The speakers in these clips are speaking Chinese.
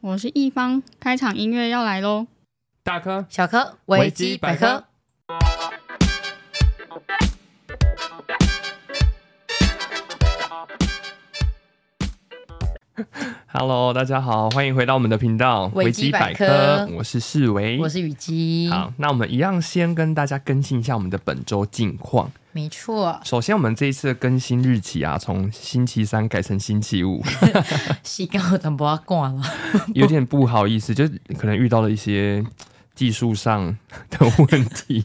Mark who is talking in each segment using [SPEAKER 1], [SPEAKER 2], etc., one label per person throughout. [SPEAKER 1] 我是一方，开场音乐要来喽。
[SPEAKER 2] 大科
[SPEAKER 3] 小柯
[SPEAKER 2] 维基百科，，Hello，大家好，欢迎回到我们的频道
[SPEAKER 3] 维基百科
[SPEAKER 2] 我是世维，
[SPEAKER 3] 我是雨姬。
[SPEAKER 2] 好，那我们一样先跟大家更新一下我们的本周近况。
[SPEAKER 3] 没错，
[SPEAKER 2] 首先，我们这一次的更新日期啊，从星期三改成星期 五，
[SPEAKER 3] 洗稿等不要挂了。
[SPEAKER 2] 有点不好意思，就是可能遇到了一些技术上的问 题。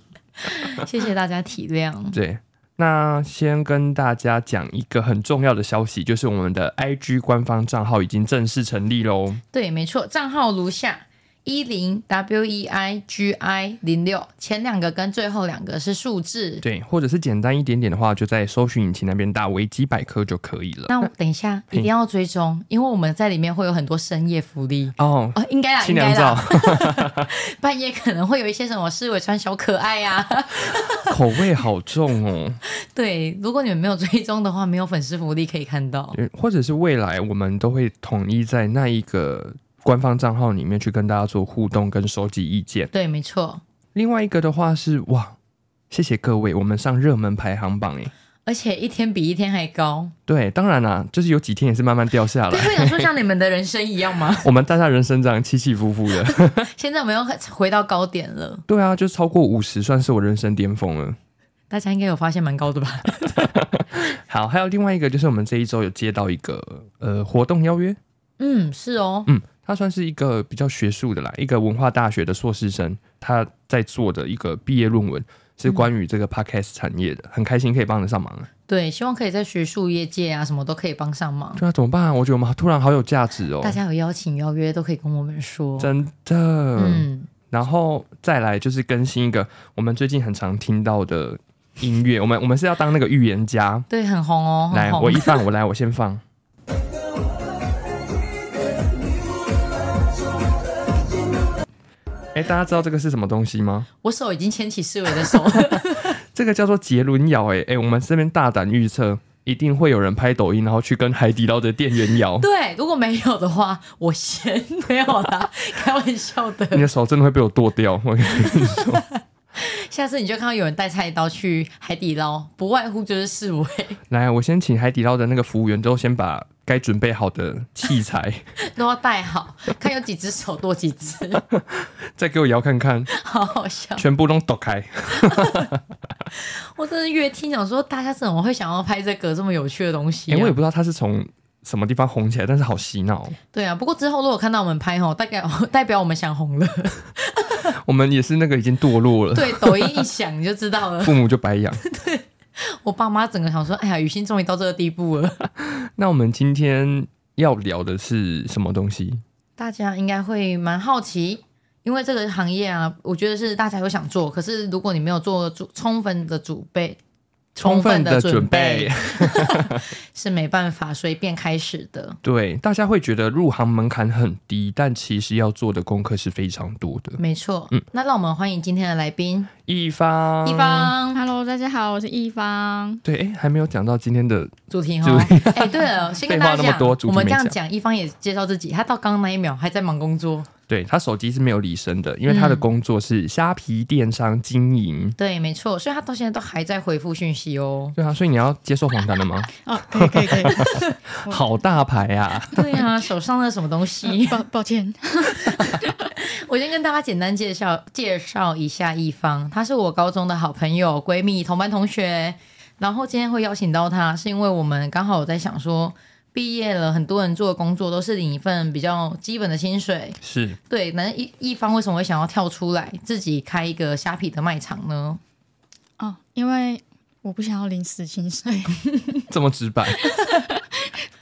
[SPEAKER 3] 谢谢大家体谅。
[SPEAKER 2] 对，那先跟大家讲一个很重要的消息，就是我们的 IG 官方账号已经正式成立喽。
[SPEAKER 3] 对，没错，账号如下：一零 W E I G I 零六，前两个跟最后两个是数字。
[SPEAKER 2] 对，或者是简单一点点的话，就在搜寻引擎那边打维基百科就可以了。
[SPEAKER 3] 那我等一
[SPEAKER 2] 嗯
[SPEAKER 3] 下一定要追踪，因为我们在里面会有很多深夜福利。
[SPEAKER 2] 哦，
[SPEAKER 3] 哦，应该啦，
[SPEAKER 2] 清
[SPEAKER 3] 应
[SPEAKER 2] 凉
[SPEAKER 3] 该
[SPEAKER 2] 照
[SPEAKER 3] 啦。 半夜可能会有一些什么思维穿小可爱 呀、啊。
[SPEAKER 2] 口味好重哦，
[SPEAKER 3] 对，如果你们没有追踪的话，没有粉丝福利可以看到。
[SPEAKER 2] 对或者是未来我们都会统一在那一个官方账号里面去跟大家做互动跟收集意见。
[SPEAKER 3] 对，没错。
[SPEAKER 2] 另外一个的话是哇，谢谢各位，我们上热门排行榜诶。欸
[SPEAKER 3] 而且一天比一天还高。
[SPEAKER 2] 对，当然啦，就是有几天也是慢慢掉下来
[SPEAKER 3] 对，。会想说像你们的人生一样吗？
[SPEAKER 2] 我们大家人生这样起起伏伏的，
[SPEAKER 3] 现在我们又回到高点了，
[SPEAKER 2] 对啊，就超过五十算是我人生巅峰了。
[SPEAKER 3] 大家应该有发现蛮高的吧？
[SPEAKER 2] 好，还有另外一个就是我们这一周有接到一个呃活动邀约，
[SPEAKER 3] 嗯，是哦，
[SPEAKER 2] 嗯，他算是一个比较学术的啦，一个文化大学的硕士生，他在做的一个毕业论文是
[SPEAKER 3] 嗯
[SPEAKER 2] 关于这个 podcast 产业的，很开心可以帮得上忙啊。
[SPEAKER 3] 对，希望可以在学术业界啊，什么都可以帮上忙。
[SPEAKER 2] 对啊，怎么办、啊？我觉得我们突然好有价值哦
[SPEAKER 3] 大，家有邀请邀约都可以跟我们说。
[SPEAKER 2] 真的。
[SPEAKER 3] 嗯，
[SPEAKER 2] 然后再来就是更新一个我们最近很常听到的音乐，我们我们是要当那个预言家。
[SPEAKER 3] 对，很红哦，
[SPEAKER 2] 来，
[SPEAKER 3] 很
[SPEAKER 2] 我
[SPEAKER 3] 红
[SPEAKER 2] 一。放，我来，我先放。哎，大家知道这个是什么东西吗？
[SPEAKER 3] 我手已经牵起思维的 手了。
[SPEAKER 2] 这个叫做杰伦摇。哎哎，我们这边大胆预测，一定会有人拍抖音，然后去跟海底捞的店员摇。
[SPEAKER 3] 对，如果没有的话，我先没有啦，开玩笑
[SPEAKER 2] 你
[SPEAKER 3] 的。
[SPEAKER 2] 的手真的会被我剁掉。我跟你说，
[SPEAKER 3] 下次你就看到有人带菜刀去海底捞，不外乎就是示威，
[SPEAKER 2] 来，我先请海底捞的那个服务员都先把该准备好的器材
[SPEAKER 3] 都要带好，看有几只手多几只，
[SPEAKER 2] 再给我摇看看，
[SPEAKER 3] 好好笑。
[SPEAKER 2] 全部都抖开。
[SPEAKER 3] 我真的越听想说，大家怎么会想要拍这个这么有趣的东西、
[SPEAKER 2] 哎、
[SPEAKER 3] 啊？
[SPEAKER 2] 我也不知道他是从什么地方红起来，但是好洗脑哦。
[SPEAKER 3] 对啊，不过之后如果看到我们拍吼，大概代表我 们 想红了。
[SPEAKER 2] 我们也是那个已经堕落了，
[SPEAKER 3] 对，抖音一响你就知道了。
[SPEAKER 2] 父母就白 养。
[SPEAKER 3] 我爸妈整个想说，哎呀，雨欣终于到这个地步了。
[SPEAKER 2] 那我们今天要聊的是什么东西？
[SPEAKER 3] 大家应该会蛮好奇，因为这个行业啊，我觉得是大家有想做，可是如果你没有做足充分的准备，充分
[SPEAKER 2] 地
[SPEAKER 3] 的准备是没办法随便开始的。
[SPEAKER 2] 对，大家会觉得入行门槛很低，但其实要做的功课是非常多的。
[SPEAKER 3] 没错，
[SPEAKER 2] 嗯
[SPEAKER 3] 那让我们欢迎今天的来宾
[SPEAKER 2] 一方，
[SPEAKER 3] 一，方。
[SPEAKER 1] Hello，大家好，我是一方。
[SPEAKER 2] 对，哎、还没有讲到今天的，
[SPEAKER 3] 主题
[SPEAKER 2] 主
[SPEAKER 3] 哦，哎、对 了，先跟大家
[SPEAKER 2] 废话那么多
[SPEAKER 3] 讲
[SPEAKER 2] 主，题
[SPEAKER 3] 我们
[SPEAKER 2] 没
[SPEAKER 3] 这样
[SPEAKER 2] 讲
[SPEAKER 3] 讲，一方也介绍自己，他到刚刚那一秒还在忙工作，
[SPEAKER 2] 对他手机是没有离身的，因为他的
[SPEAKER 3] 嗯
[SPEAKER 2] 工作是虾皮电商经营。
[SPEAKER 3] 对，没错，所以他到现在都还在回复讯息 哦。
[SPEAKER 2] 对啊，所以你要接受黄单了吗？
[SPEAKER 1] 哦，可以可以可以，
[SPEAKER 2] 好大牌啊！
[SPEAKER 3] 对啊，手上的什么 东西？
[SPEAKER 1] 抱抱歉，
[SPEAKER 3] 我先跟大家简单介绍介绍一下一方，她是我高中的好朋友、闺蜜、同班同学。然后今天会邀请到她，是因为我们刚好有在想说，毕业了，很多人做的工作都是领一份比较基本的薪水。
[SPEAKER 2] 是
[SPEAKER 3] 对，那一一方为什么会想要跳出来自己开一个虾皮的卖场呢？
[SPEAKER 1] 哦，因为我不想要领死薪水，
[SPEAKER 2] 这么直白，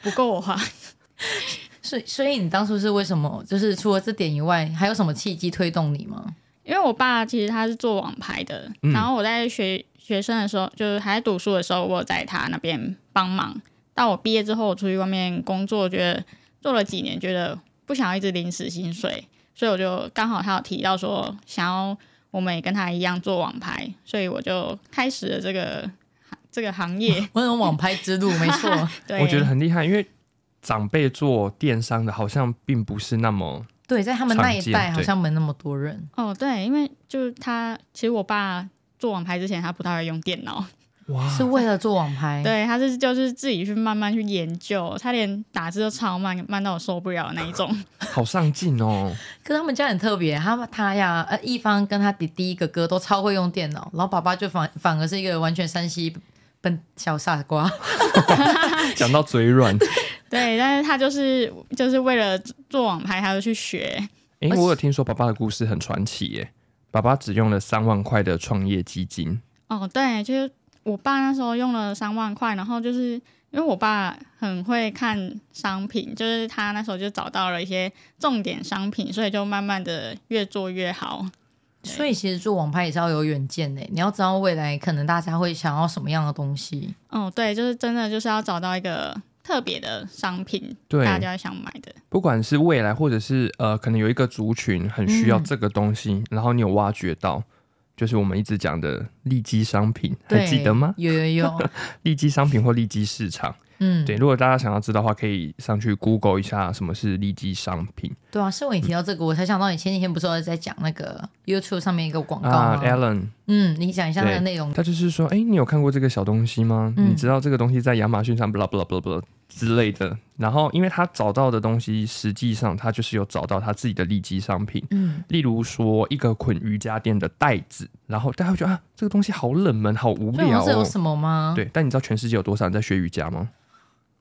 [SPEAKER 1] 不够我花。
[SPEAKER 3] 所以，所以你当初是为什么？就是除了这点以外，还有什么契机推动你吗？。
[SPEAKER 1] 因为我爸其实他是做网拍的，
[SPEAKER 2] 嗯
[SPEAKER 1] 然后我在学学生的时候，就是还在读书的时候，我有在他那边帮忙。到我毕业之后，我出去外面工作，觉得做了几年，觉得不想要一直领死薪水，所以我就刚好他有提到说想要我们也跟他一样做网拍，所以我就开始了这个这个行业
[SPEAKER 3] 我有网拍之路，没错，
[SPEAKER 1] 对，
[SPEAKER 2] 我觉得很厉害，因为长辈做电商的，好像并不是那么
[SPEAKER 3] 对，在他们那一
[SPEAKER 2] 常见
[SPEAKER 3] 代好
[SPEAKER 2] 对
[SPEAKER 3] 像没那么多人，
[SPEAKER 1] 哦，对，因为就是他，其实我爸做网拍之前，他不太会用电脑，
[SPEAKER 2] 哇
[SPEAKER 3] 是为了做网 拍。
[SPEAKER 1] 对，他是就是自己去慢慢去研究，他连打字都超慢，慢到我受不了的那一种。
[SPEAKER 2] 好上进 哦。
[SPEAKER 3] 可是他们家很特别，他们他呀，呃，一方跟他弟弟哥哥都超会用电脑，然后爸爸就反反而是一个完全山西笨小傻瓜。
[SPEAKER 2] 讲到嘴软，
[SPEAKER 1] 对，但是他就是就是为了做网拍，他就去学。
[SPEAKER 2] 诶，
[SPEAKER 3] 而且
[SPEAKER 2] 我有听说爸爸的故事很传奇耶。爸爸只用了三万块的创业基金，
[SPEAKER 1] 哦，对，就是我爸那时候用了三万块，然后就是因为我爸很会看商品，就是他那时候就找到了一些重点商品，所以就慢慢的越做越好。
[SPEAKER 3] 所以其实做网拍也是要有远见的，你要知道未来可能大家会想要什么样的东西。
[SPEAKER 1] 哦，对，就是真的就是要找到一个特别的商品，
[SPEAKER 2] 对
[SPEAKER 1] 大家想买的。
[SPEAKER 2] 不管是未来或者是呃，可能有一个族群很需要
[SPEAKER 3] 嗯
[SPEAKER 2] 这个东西，然后你有挖掘到，就是我们一直讲的利基商品，还记得吗？
[SPEAKER 3] 有有有，
[SPEAKER 2] 利基商品或利基市场，
[SPEAKER 3] 嗯，
[SPEAKER 2] 对，如果大家想要知道的话，可以上去 Google 一下什么是利基商品
[SPEAKER 3] 对啊，是我你提到这个，我才想到你前几天不是有在讲那个 YouTube 上面一个广告
[SPEAKER 2] 啊
[SPEAKER 3] 吗？
[SPEAKER 2] ，Alan，
[SPEAKER 3] 嗯，你讲一下它的内容。
[SPEAKER 2] 他就是说，哎、你有看过这个小东西吗？
[SPEAKER 3] 嗯
[SPEAKER 2] 你知道这个东西在亚马逊上 blah blah blah blah 之类的。然后，因为他找到的东西，实际上他就是有找到他自己的利基商品，
[SPEAKER 3] 嗯，
[SPEAKER 2] 例如说一个捆瑜伽垫的袋子，然后大家会觉得啊，这个东西好冷门，好无
[SPEAKER 3] 所以
[SPEAKER 2] 聊
[SPEAKER 3] 我这有
[SPEAKER 2] 哦。
[SPEAKER 3] 什么吗？
[SPEAKER 2] 对，但你知道全世界有多少人在学瑜伽吗？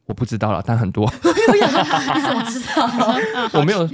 [SPEAKER 2] 我不知道啦，但很多，
[SPEAKER 3] 你啊怎么知道？
[SPEAKER 2] 我没 有，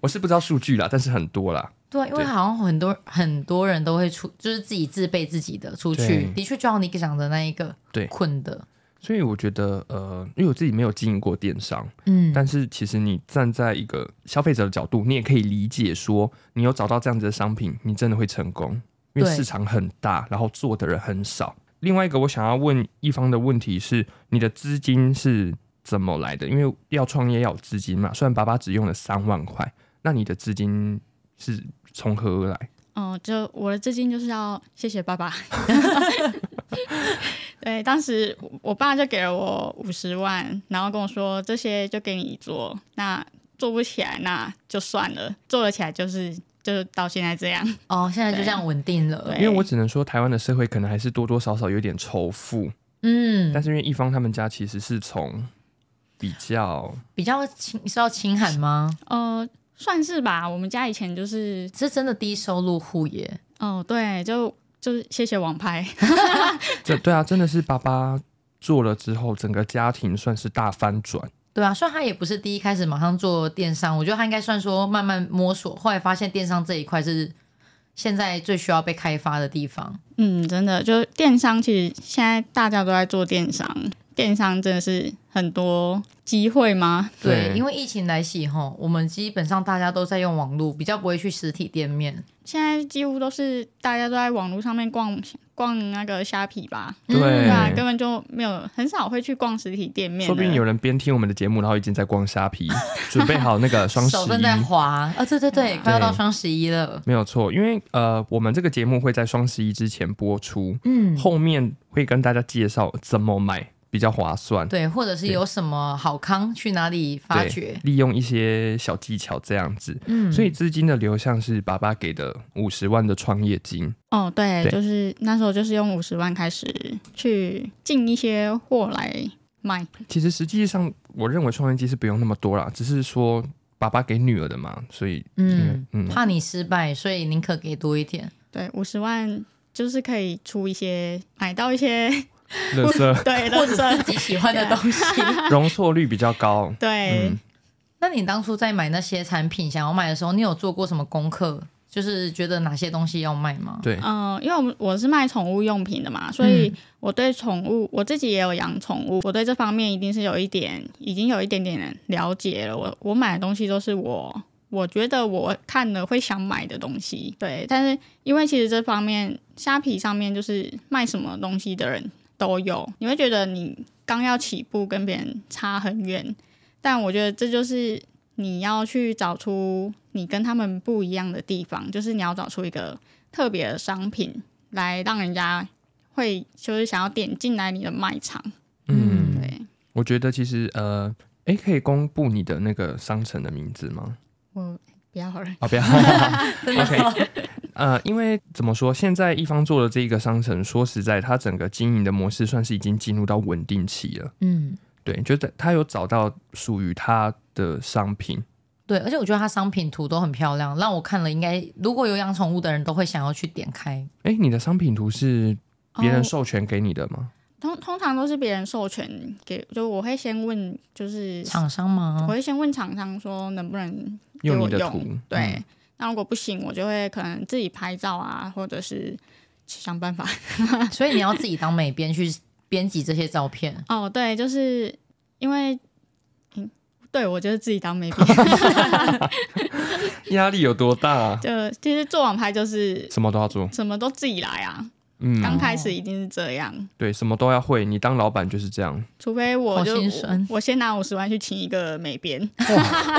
[SPEAKER 2] 我是不知道数据啦，但是很多啦。
[SPEAKER 3] 对啊，因为
[SPEAKER 2] 对
[SPEAKER 3] 好像很多很多人都会出，就是自己自备自己的出去
[SPEAKER 2] 对，
[SPEAKER 3] 的确就像你讲的那一个，
[SPEAKER 2] 对
[SPEAKER 3] 困的，
[SPEAKER 2] 所以我觉得，呃，因为我自己没有经营过电商，
[SPEAKER 3] 嗯，
[SPEAKER 2] 但是其实你站在一个消费者的角度，你也可以理解说，你有找到这样子的商品，你真的会成功，因为
[SPEAKER 3] 对
[SPEAKER 2] 市场很大，然后做的人很少。另外一个我想要问一方的问题是，你的资金是怎么来的？因为要创业要有资金嘛，虽然爸爸只用了三万块，那你的资金是从何而来？
[SPEAKER 1] 哦、就我的资金就是要谢谢爸 爸。对，当时我我爸就给了我五十万，然后跟我说这些就给你做，那做不起来那就算了，做得起来就是就是到现在这样。
[SPEAKER 3] 哦，现在就这样稳定了，
[SPEAKER 1] 对
[SPEAKER 2] 因为我只能说，台湾的社会可能还是多多少少有点仇富，
[SPEAKER 3] 嗯，
[SPEAKER 2] 但是因为一方他们家其实是从比较
[SPEAKER 3] 比较清是要清寒吗？
[SPEAKER 1] 呃，算是吧，我们家以前就是
[SPEAKER 3] 这真的低收入户耶，
[SPEAKER 1] 哦，对，就就是谢谢网拍。
[SPEAKER 2] 这对啊，真的是爸爸做了之后，整个家庭算是大翻转。
[SPEAKER 3] 对啊，虽然他也不是第一开始马上做电商，我觉得他应该算说慢慢摸索，后来发现电商这一块是现在最需要被开发的地方，
[SPEAKER 1] 嗯，真的，就是电商，其实现在大家都在做电商，电商真的是很多机会吗？
[SPEAKER 3] 对，
[SPEAKER 2] 对
[SPEAKER 3] 因为疫情来袭吼，我们基本上大家都在用网络，比较不会去实体店面，
[SPEAKER 1] 现在几乎都是大家都在网络上面逛逛那个虾皮吧，
[SPEAKER 3] 嗯
[SPEAKER 1] 对啊，
[SPEAKER 2] 对，
[SPEAKER 1] 根本就没有很少会去逛实体店面。
[SPEAKER 2] 说不定有，人边听我们的节目，然后已经在逛虾 皮，准备好那个双十
[SPEAKER 3] 手正在
[SPEAKER 2] 一。
[SPEAKER 3] 滑啊、对对对，快要到双十一了。
[SPEAKER 2] 没有错，因为呃，我们这个节目会在双十一之前播出，
[SPEAKER 3] 嗯，
[SPEAKER 2] 后面会跟大家介绍怎么买比较划算，
[SPEAKER 3] 对，或者是有什么好康去哪里发掘？
[SPEAKER 2] 利用一些小技巧这样子。
[SPEAKER 3] 嗯，
[SPEAKER 2] 所以资金的流向是爸爸给的五十万的创业金，
[SPEAKER 1] 哦，对，
[SPEAKER 2] 对
[SPEAKER 1] 就是那时候就是用五十万开始去进一些货来卖。
[SPEAKER 2] 其实实际上，我认为创业机是不用那么多啦，只是说爸爸给女儿的嘛，所以
[SPEAKER 3] 嗯
[SPEAKER 2] 嗯
[SPEAKER 3] 怕你失败，所以宁可给多一点。
[SPEAKER 1] 对，五十万就是可以出一些买到一些
[SPEAKER 2] 乐色
[SPEAKER 1] 对的
[SPEAKER 3] 自己喜欢的东西。
[SPEAKER 2] 容错率比较高。
[SPEAKER 1] 对。
[SPEAKER 2] 嗯，
[SPEAKER 3] 那你当初在买那些产品想要买的时候，你有做过什么功课？就是觉得哪些东西要卖吗？
[SPEAKER 2] 对，
[SPEAKER 1] 嗯，因为我们我是卖宠物用品的嘛，所以我对宠物我自己也有养宠物，我对这方面一定是有一点，已经有一点点了解了。我我买的东西都是我我觉得我看了会想买的东西，对。但是因为其实这方面虾皮上面就是卖什么东西的人都有，你会觉得你刚要起步跟别人差很远，但我觉得这就是。你要去找出你跟他们不一样的地方，就是你要找出一个特别的商品来让人家会就是想要点进来你的卖场。
[SPEAKER 2] 嗯，
[SPEAKER 1] 对，
[SPEAKER 2] 我觉得其实呃，哎、哎，可以公布你的那个商城的名字吗？
[SPEAKER 1] 我不要好了，
[SPEAKER 2] 哦，不要。OK，呃，因为怎么说，现在一方做的这个商城，说实在，它整个经营的模式算是已经进入到稳定期了。
[SPEAKER 3] 嗯，
[SPEAKER 2] 对，就在它有找到属于它的商品。
[SPEAKER 3] 对，而且我觉得它商品图都很漂亮，让我看了应该如果有养宠物的人都会想要去点开。
[SPEAKER 2] 哎，你的商品图是别人
[SPEAKER 1] 哦
[SPEAKER 2] 授权给你的吗？
[SPEAKER 1] 通通常都是别人授权给，就我会先问，就是
[SPEAKER 3] 厂商
[SPEAKER 1] 我
[SPEAKER 3] 吗？
[SPEAKER 1] 会先问厂商说能不能给
[SPEAKER 2] 用
[SPEAKER 1] 我
[SPEAKER 2] 你的
[SPEAKER 1] 用
[SPEAKER 2] 图，
[SPEAKER 1] 对，
[SPEAKER 2] 嗯
[SPEAKER 1] 那如果不行，我就会可能自己拍照啊，或者是想办法。
[SPEAKER 3] 所以你要自己当美编去 编辑这些照 片。
[SPEAKER 1] 哦，对，就是因为，嗯，对我就是自己当 媒体，
[SPEAKER 2] 压力有多大、啊？
[SPEAKER 1] 就其实做网拍就是
[SPEAKER 2] 什么都要做。
[SPEAKER 1] 什么都自己来啊。
[SPEAKER 2] 嗯，
[SPEAKER 1] 刚开始一定是这样，
[SPEAKER 2] 对，什么都要会。你当老板就是这样。
[SPEAKER 1] 除非我
[SPEAKER 3] 好
[SPEAKER 1] 就
[SPEAKER 3] 心酸哎
[SPEAKER 1] 我我先拿五十万去请一个美编，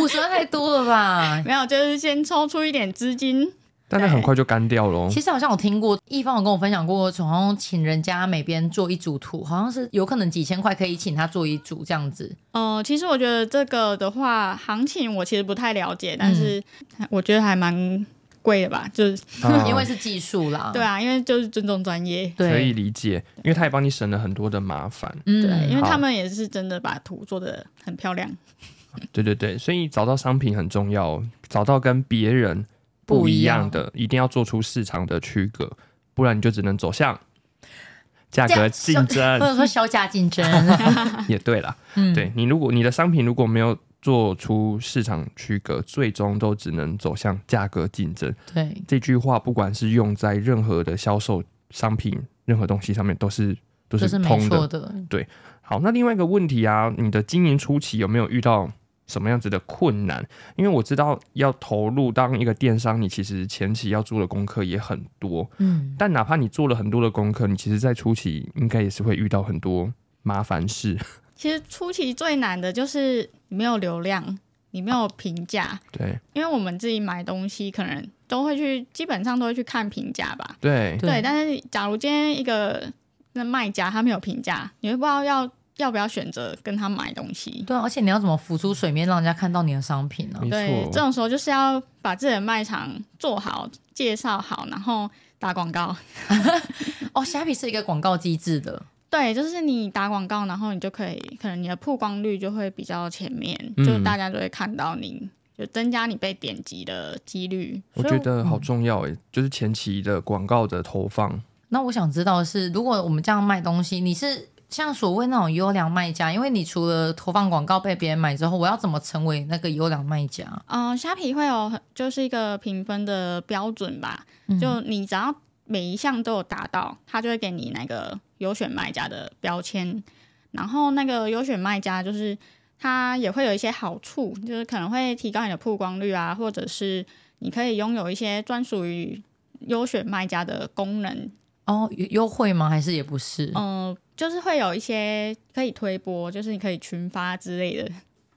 [SPEAKER 3] 五十万太多了
[SPEAKER 2] 哦
[SPEAKER 3] 吧？
[SPEAKER 1] 没有，就是先抽出一点资金。
[SPEAKER 2] 但那
[SPEAKER 1] 对
[SPEAKER 2] 很快就干掉喽。
[SPEAKER 3] 其实好像我听过，一方有跟我分享过，好像请人家美编做一组图，好像是有可能几千块可以请他做一组这样子。
[SPEAKER 1] 呃，其实我觉得这个的话，行情我其实不太了解，但是
[SPEAKER 3] 嗯
[SPEAKER 1] 我觉得还蛮贵的吧，就是
[SPEAKER 2] 啊
[SPEAKER 3] 因为是技术啦。
[SPEAKER 1] 对啊，因为就是尊重专业，
[SPEAKER 3] 对，
[SPEAKER 2] 可以理解，因为他也帮你省了很多的麻烦。
[SPEAKER 3] 嗯，
[SPEAKER 1] 对，因为
[SPEAKER 2] 好
[SPEAKER 1] 他们也是真的把图做的很漂亮。
[SPEAKER 2] 对对对，所以找到商品很重要哦，找到跟别人不一样的，一定要做出市场的区隔，不然你就只能走向价格竞
[SPEAKER 3] 或
[SPEAKER 2] 争。
[SPEAKER 3] 者说销价竞争。
[SPEAKER 2] 也对啦，
[SPEAKER 3] 嗯，
[SPEAKER 2] 嗯对你如果你的商品如果没有做出市场区隔，最终都只能走向价格竞争。
[SPEAKER 3] 对，
[SPEAKER 2] 这句话不管是用在任何的销售商品、任何东西上面，都是都
[SPEAKER 3] 这
[SPEAKER 2] 是
[SPEAKER 3] 是没
[SPEAKER 2] 通的。
[SPEAKER 3] 错的。
[SPEAKER 2] 好，那另外一个问题啊，你的经营初期有没有遇到什么样子的困难？因为我知道要投入当一个电商，你其实前期要做的功课也很多，
[SPEAKER 3] 嗯，
[SPEAKER 2] 但哪怕你做了很多的功课，你其实在初期应该也是会遇到很多麻烦事。
[SPEAKER 1] 其实初期最难的就是你没有流量，你没有评价，
[SPEAKER 2] 对
[SPEAKER 1] 因为我们自己买东西可能都会去，基本上都会去看评价吧。
[SPEAKER 2] 对
[SPEAKER 3] 对
[SPEAKER 1] 对，但是假如今天一个那卖家他没有评价，你会不知道要要不要选择跟他买东西。
[SPEAKER 3] 对啊，而且你要怎么浮出水面，让人家看到你的商品呢、
[SPEAKER 2] 没
[SPEAKER 1] 对，这
[SPEAKER 2] 错，
[SPEAKER 1] 种时候就是要把自己的卖场做好、介绍好，然后打广告。
[SPEAKER 3] 哦，虾皮是一个广告机制的，
[SPEAKER 1] 对，就是你打广告，然后你就可以，可能你的曝光率就会比较前面，
[SPEAKER 2] 嗯
[SPEAKER 1] 就大家就会看到你，就增加你被点击的几率。
[SPEAKER 2] 我
[SPEAKER 3] 所以
[SPEAKER 2] 觉
[SPEAKER 3] 嗯
[SPEAKER 2] 得好重要诶，就是前期的广告的投放。
[SPEAKER 3] 那我想知道的是，如果我们这样卖东西，你是像所谓那种优良卖家，因为你除了投放广告被别人买之后，我要怎么成为那个优良卖家？
[SPEAKER 1] 呃，虾皮会有很就是一个评分的标准吧，就你只要每一项都有达到，它就会给你那个优选卖家的标签。然后那个优选卖家就是它也会有一些好处，就是可能会提高你的曝光率啊，或者是你可以拥有一些专属于优选卖家的功能，
[SPEAKER 3] 哦，优优惠吗？还是也不是？
[SPEAKER 1] 嗯，就是会有一些可以推播，就是你可以群发之类的，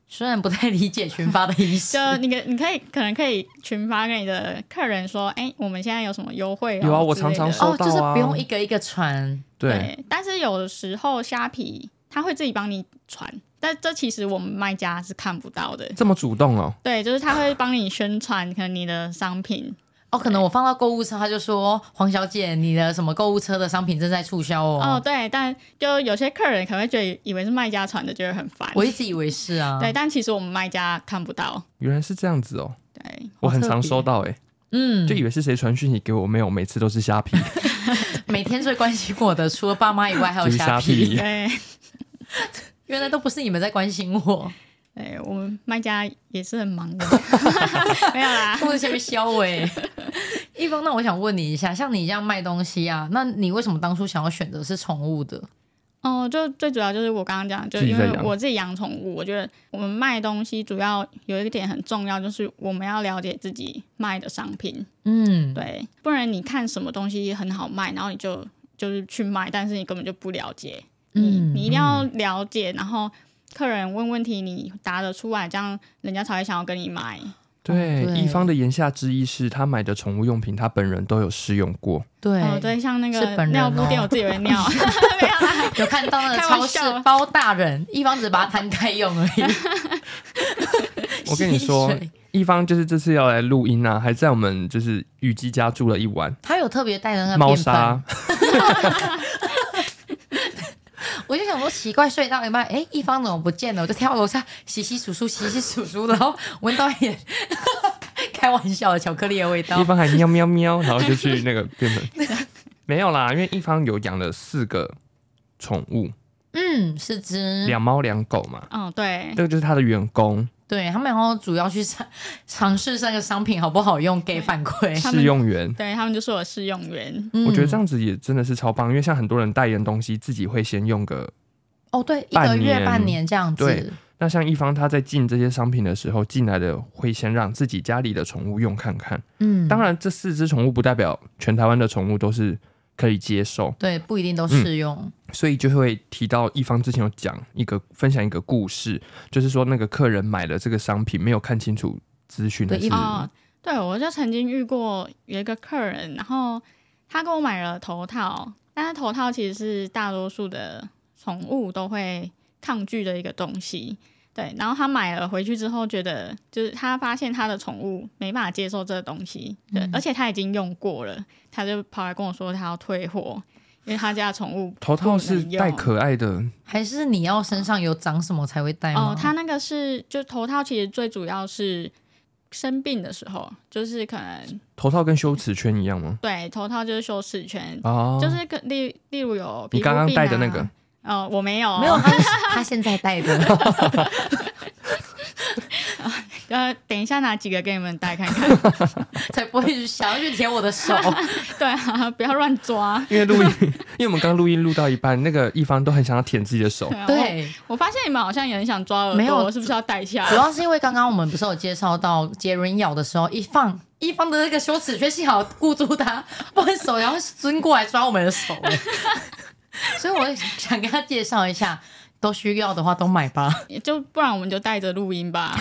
[SPEAKER 3] 虽然不太理解群发的 意思，哦
[SPEAKER 1] 就你可你可以可能可以群发给你的客人说，哎、我们现在有什么优惠、
[SPEAKER 2] 有啊
[SPEAKER 1] 啊，
[SPEAKER 2] 我
[SPEAKER 1] 之类的
[SPEAKER 2] 常常收
[SPEAKER 3] 哦，
[SPEAKER 2] 到
[SPEAKER 3] 就是
[SPEAKER 2] 啊
[SPEAKER 3] 不用一个一个传，
[SPEAKER 2] 对，
[SPEAKER 1] 对，但是有的时候虾皮它会自己帮你传，但这其实我们卖家是看不到的。
[SPEAKER 2] 这么主动哦，
[SPEAKER 1] 对，就是他会帮你宣传可能你的商品，
[SPEAKER 3] 哦，可能我放到购物车，他就说黄小姐，你的什么购物车的商品正在促销哦。
[SPEAKER 1] 哦，对，但就有些客人可能会觉得以为是卖家传的，就会很烦。
[SPEAKER 3] 我一直以为是 啊。
[SPEAKER 1] 对，，但其实我们卖家看不到。
[SPEAKER 2] 原来是这样子哦，
[SPEAKER 1] 对，
[SPEAKER 2] 我很
[SPEAKER 3] 特
[SPEAKER 2] 常
[SPEAKER 3] 别
[SPEAKER 2] 收到诶，
[SPEAKER 3] 嗯，哦
[SPEAKER 2] 就以为是谁传讯息给我，没有，每次都是虾 皮，
[SPEAKER 3] 每天最关心我的，除了爸妈以外，还有
[SPEAKER 2] 就是
[SPEAKER 3] 虾
[SPEAKER 2] 虾皮
[SPEAKER 3] 皮。
[SPEAKER 1] 对，
[SPEAKER 3] 原来都不是你们在关心 我，
[SPEAKER 1] 对我们卖家也是很忙 的， 没有啦。
[SPEAKER 3] 我前面削尾。 一峰，那我想问你一下，像你这样卖东西啊，那你为什么当初想要选择是宠物的？
[SPEAKER 1] 哦、就最主要就是我刚刚讲，就
[SPEAKER 2] 自己
[SPEAKER 1] 因
[SPEAKER 2] 在
[SPEAKER 1] 为
[SPEAKER 2] 养
[SPEAKER 1] 我自己养宠物，我觉得我们卖东西主要有一个点很重要，就是我们要了解自己卖的商品，
[SPEAKER 3] 嗯，
[SPEAKER 1] 对，不然你看什么东西很好卖，然后你就就是去卖，但是你根本就不了解，你
[SPEAKER 3] 嗯
[SPEAKER 1] 你一定要了解，然后客人问问题你答得出来，这样人家才会想要跟你买。
[SPEAKER 2] 对，
[SPEAKER 3] 对
[SPEAKER 2] 一方的言下之意是他买的宠物用品，他本人都有试用 过。
[SPEAKER 3] 对
[SPEAKER 1] 哦，对，像那
[SPEAKER 3] 是
[SPEAKER 1] 个
[SPEAKER 3] 本人
[SPEAKER 1] 尿布
[SPEAKER 3] 哦
[SPEAKER 1] 店，我自己 会尿， 没有啦，
[SPEAKER 3] 有看到那 个
[SPEAKER 1] 开玩
[SPEAKER 3] 超市
[SPEAKER 1] 笑
[SPEAKER 3] 包大人，一方只把它摊开用而已。
[SPEAKER 2] 我跟你说
[SPEAKER 3] 吸水，
[SPEAKER 2] 一方就是这次要来录音啊，还在我们就是雨姬家住了一晚，
[SPEAKER 3] 他有特别带的那个
[SPEAKER 2] 猫
[SPEAKER 3] 便盆，
[SPEAKER 2] 砂。
[SPEAKER 3] 我就想说奇怪，睡到一半，哎，一方怎么不见了？我就跳楼下洗洗数数，洗洗数数，然后闻到一点 开玩笑的巧克力的味
[SPEAKER 2] 一
[SPEAKER 3] 道。
[SPEAKER 2] 方还喵喵喵，然后就去那个 变成没有啦，因为一方有养了四个宠物，
[SPEAKER 3] 嗯，哎是只
[SPEAKER 2] 两猫两狗嘛，
[SPEAKER 1] 哦，对，
[SPEAKER 2] 这个就是他的员工
[SPEAKER 3] 对他们，然后主要去尝尝试这个商品好不好用，给反馈。
[SPEAKER 1] 他们
[SPEAKER 2] 试用员。
[SPEAKER 1] 对他们就说我试用员，
[SPEAKER 3] 哎嗯
[SPEAKER 2] 我觉得这样子也真的是超棒，因为像很多人代言东西，自己会先用个。
[SPEAKER 3] 哦，对，一个
[SPEAKER 2] 半
[SPEAKER 3] 月
[SPEAKER 2] 年
[SPEAKER 3] 半年这样
[SPEAKER 2] 对
[SPEAKER 3] 子，
[SPEAKER 2] 那像一方他在进这些商品的时候，进来的会先让自己家里的宠物用看看。
[SPEAKER 3] 嗯，
[SPEAKER 2] 当然，这四只宠物不代表全台湾的宠物都是可以接受，
[SPEAKER 3] 对，不一定都适用。
[SPEAKER 2] 所以就会提到一方之前有讲一个分享一个故事，就是说那个客人买了这个商品没有看清楚资讯
[SPEAKER 3] 对
[SPEAKER 2] 的
[SPEAKER 3] 一
[SPEAKER 2] 是
[SPEAKER 1] 哦，对，我就曾经遇过有一个客人，然后他给我买了头套，但是头套其实是大多数的宠物都会抗拒的一个东西。对，然后他买了回去之后，觉得就是他发现他的宠物没办法接受这个东西，对，
[SPEAKER 2] 嗯
[SPEAKER 1] 而且他已经用过了，他就跑来跟我说他要退货，因为他家的宠物
[SPEAKER 2] 头套
[SPEAKER 1] 不
[SPEAKER 2] 是
[SPEAKER 1] 能用
[SPEAKER 2] 带可爱的，
[SPEAKER 3] 还是你要身上有长什么才会戴吗？
[SPEAKER 1] 哦，他那个是就头套，其实最主要是生病的时候，就是可能
[SPEAKER 2] 头套跟羞耻圈一样吗？
[SPEAKER 1] 对头套就是羞耻圈，
[SPEAKER 2] 哦，
[SPEAKER 1] 就是跟例例如有皮
[SPEAKER 2] 你
[SPEAKER 1] 肤
[SPEAKER 2] 刚刚
[SPEAKER 1] 病
[SPEAKER 2] 戴的
[SPEAKER 1] 啊
[SPEAKER 2] 那个，
[SPEAKER 1] 呃，我没有，
[SPEAKER 3] 没有，，他是他现在戴的。
[SPEAKER 1] 呃，等一下拿几个给你们戴看看。
[SPEAKER 3] 才不会想要去舔我 的手。
[SPEAKER 1] 对啊，不要乱抓。
[SPEAKER 2] 因为录音，因为我们刚录音录到一半，那个一方都很想要舔自己的手，
[SPEAKER 1] 啊，
[SPEAKER 3] 对，
[SPEAKER 1] 我我发现你们好像也很想抓耳朵，
[SPEAKER 3] 没有
[SPEAKER 1] 我是不是要戴下
[SPEAKER 3] 主？要是因为刚刚我们不是有介绍到杰伦咬的时候，一放一方的那个羞耻圈，幸好顾住他，不然手然后伸过来抓我们的 手。哎所以我想跟他介绍一下，都需要的话都买 吧。
[SPEAKER 1] 就不然我们就带着录音吧。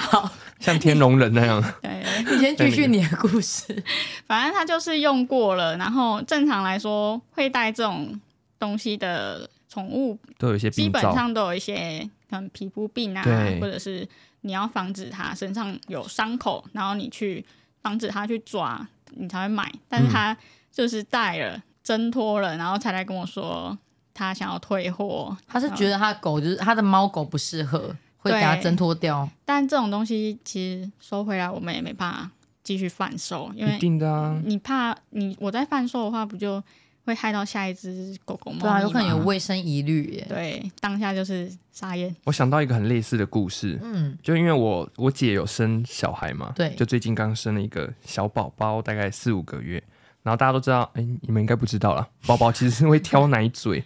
[SPEAKER 2] 像天龙人 那样。
[SPEAKER 1] 对，
[SPEAKER 3] 你先继续你的故事。
[SPEAKER 1] 反正他就是用过了，然后正常来说会带这种东西的宠物，
[SPEAKER 2] 都有一些
[SPEAKER 1] 基
[SPEAKER 2] 病
[SPEAKER 1] 本
[SPEAKER 2] 灶，
[SPEAKER 1] 上都有一些可能皮肤病啊
[SPEAKER 2] 对，
[SPEAKER 1] 或者是你要防止它身上有伤口，然后你去防止它去抓，你才会买。但是
[SPEAKER 3] 嗯
[SPEAKER 1] 他就是带了、挣脱了，然后才来跟我说他想要退货。
[SPEAKER 3] 他是觉得他的狗就是他的猫狗不适合，会给他
[SPEAKER 1] 对
[SPEAKER 3] 挣脱掉。
[SPEAKER 1] 但这种东西其实收回来我们也没办法继续贩售，因
[SPEAKER 2] 一
[SPEAKER 1] 为嗯
[SPEAKER 2] 定的啊。
[SPEAKER 1] 你怕你我在贩售的话，不就会害到下一只狗狗猫咪
[SPEAKER 3] 对啊，有可能有
[SPEAKER 1] 吗
[SPEAKER 3] 卫生疑虑耶。
[SPEAKER 1] 对，当下就是傻眼。
[SPEAKER 2] 我想到一个很类似的故事，
[SPEAKER 3] 嗯，
[SPEAKER 2] 就因为我我姐有生小孩嘛，
[SPEAKER 3] 对
[SPEAKER 2] 就最近刚生了一个小宝宝，大概四五个月。然后大家都知道，哎、你们应该不知道啦，宝宝其实是会挑奶嘴，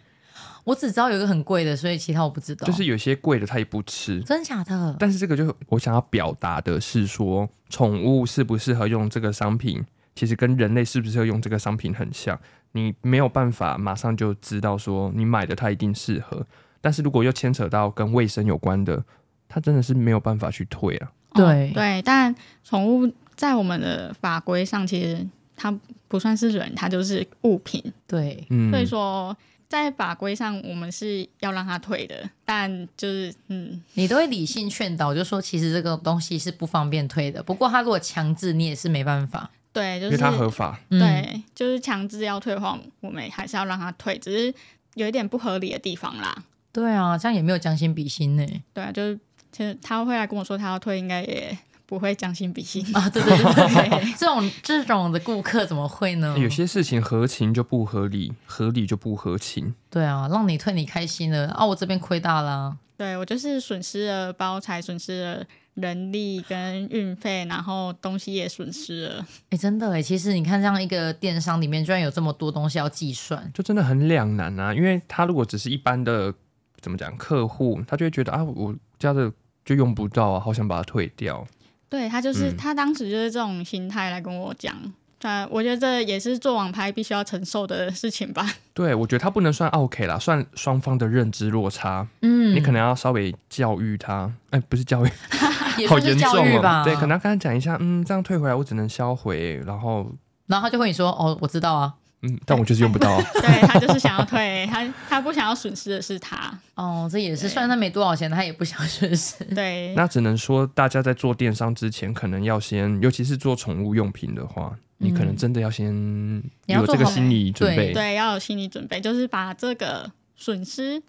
[SPEAKER 3] 我只知道有一个很贵的，所以其他我不知道。
[SPEAKER 2] 就是有些贵的它也不吃。
[SPEAKER 3] 真假的？
[SPEAKER 2] 但是这个就我想要表达的是说，宠物适不适合用这个商品，其实跟人类适不适合用这个商品很像。你没有办法马上就知道说你买的它一定适合，但是如果又牵扯到跟卫生有关的，它真的是没有办法去退啊。
[SPEAKER 3] 对
[SPEAKER 1] 哦对，但宠物在我们的法规上，其实它不算是人，它就是物品，
[SPEAKER 3] 对，
[SPEAKER 2] 嗯，
[SPEAKER 1] 所以说。在法规上，我们是要让它退的，但就是嗯，
[SPEAKER 3] 你都会理性劝导，就说其实这个东西是不方便推的。不过他如果强制，你也是没办法。
[SPEAKER 1] 对，就
[SPEAKER 2] 因
[SPEAKER 1] 是
[SPEAKER 2] 为它合法，
[SPEAKER 3] 嗯，
[SPEAKER 1] 对，就是强制要退的话，我们还是要让它退，只是有一点不合理的地方啦。
[SPEAKER 3] 对啊，这样也没有将心比心呢。
[SPEAKER 1] 对啊，就是其实他会来跟我说他要退，应该也不会将心比 心。
[SPEAKER 3] 啊，对对对
[SPEAKER 1] 对
[SPEAKER 3] 对对，这种这种的顾客怎么会呢？
[SPEAKER 2] 有些事情合情就不合理，合理就不合情。
[SPEAKER 3] 对啊，让你退你开心了啊啊，我这边亏大啦。
[SPEAKER 1] 对我就是损失了包材，损失了人力跟运费，然后东西也损失了。
[SPEAKER 3] 哎，真的哎，其实你看这样一个电商里面，居然有这么多东西要计算。
[SPEAKER 2] 就真的很两难啊。因为他如果只是一般的怎么讲客户，他就会觉得啊，我家的就用不到啊，好想把它退掉。
[SPEAKER 1] 对他就是、
[SPEAKER 2] 嗯
[SPEAKER 1] 他当时就是这种心态来跟我讲。呃，我觉得这也是做网拍必须要承受的事情吧。
[SPEAKER 2] 对，我觉得他不能算 OK 啦，算双方的认知落差。
[SPEAKER 3] 嗯
[SPEAKER 2] 你可能要稍微教育他，哎、不是教育，
[SPEAKER 3] 也
[SPEAKER 2] 好
[SPEAKER 3] 算是
[SPEAKER 2] 严
[SPEAKER 3] 教
[SPEAKER 2] 重
[SPEAKER 3] 育
[SPEAKER 2] 哦
[SPEAKER 3] 吧。。
[SPEAKER 2] 对，可能要跟他讲一下，嗯，这样退回来我只能销回，然后
[SPEAKER 3] 然后他就会你说哦，我知道啊，
[SPEAKER 2] 嗯，但我就是用不到啊。
[SPEAKER 3] 哎
[SPEAKER 1] 对他就是想要退，他他不想要损失的是 他，
[SPEAKER 3] 哦，这也是，
[SPEAKER 1] 对
[SPEAKER 3] 虽然他没多少钱，他也不想损失。
[SPEAKER 1] 对，
[SPEAKER 2] 那只能说，大家在做电商之前，可能要先，尤其是做宠物用品的话，你可能真的要先
[SPEAKER 3] 嗯要
[SPEAKER 2] 有
[SPEAKER 3] 做
[SPEAKER 2] 这个
[SPEAKER 3] 好
[SPEAKER 2] 心理准备。
[SPEAKER 1] 对，要有心理准备，就是把这个损失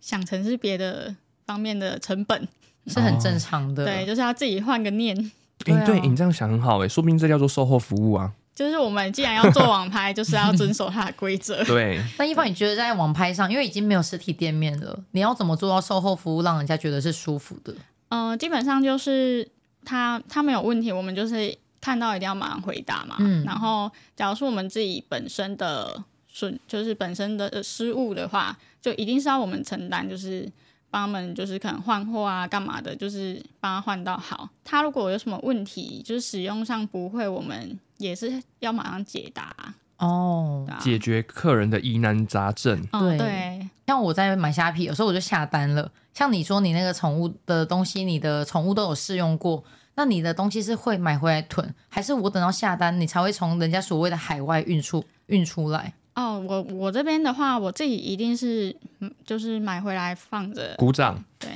[SPEAKER 1] 想成是别的方面的成本，
[SPEAKER 3] 是
[SPEAKER 2] 哦
[SPEAKER 3] 很正常的。
[SPEAKER 2] 啊
[SPEAKER 1] 对，就是要自己换个念。
[SPEAKER 2] 诶
[SPEAKER 3] 对啊
[SPEAKER 2] 对你这样想很好哎、说不定这叫做售后服务啊。
[SPEAKER 1] 就是我们既然要做网拍，就是要遵守它的规则。
[SPEAKER 2] 对，
[SPEAKER 3] 那一方，你觉得在网拍上，因为已经没有实体店面了，你要怎么做到售后服务让人家觉得是舒服的？
[SPEAKER 1] 呃，基本上就是他他们有问题，我们就是看到一定要马上回答嘛。
[SPEAKER 3] 嗯
[SPEAKER 1] 然后，假如说我们自己本身的损，就是本身的呃失误的话，就一定是要我们承担，就是帮他们就是可能换货啊，干嘛的，就是帮他换到好。他如果有什么问题，就是使用上不会，我们也是要马上解答啊。
[SPEAKER 3] 哦
[SPEAKER 1] 对，啊
[SPEAKER 2] 解决客人的疑难杂症。
[SPEAKER 1] 嗯
[SPEAKER 3] 对
[SPEAKER 1] 对
[SPEAKER 3] 像我在买虾皮，有时候我就下单了。像你说你那个宠物的东西，你的宠物都有试用过，那你的东西是会买回来囤，还是我等到下单你才会从人家所谓的海外运出运出来？
[SPEAKER 1] 哦，我我这边的话，我自己一定是嗯就是买回来放着，
[SPEAKER 2] 鼓掌，
[SPEAKER 1] 对。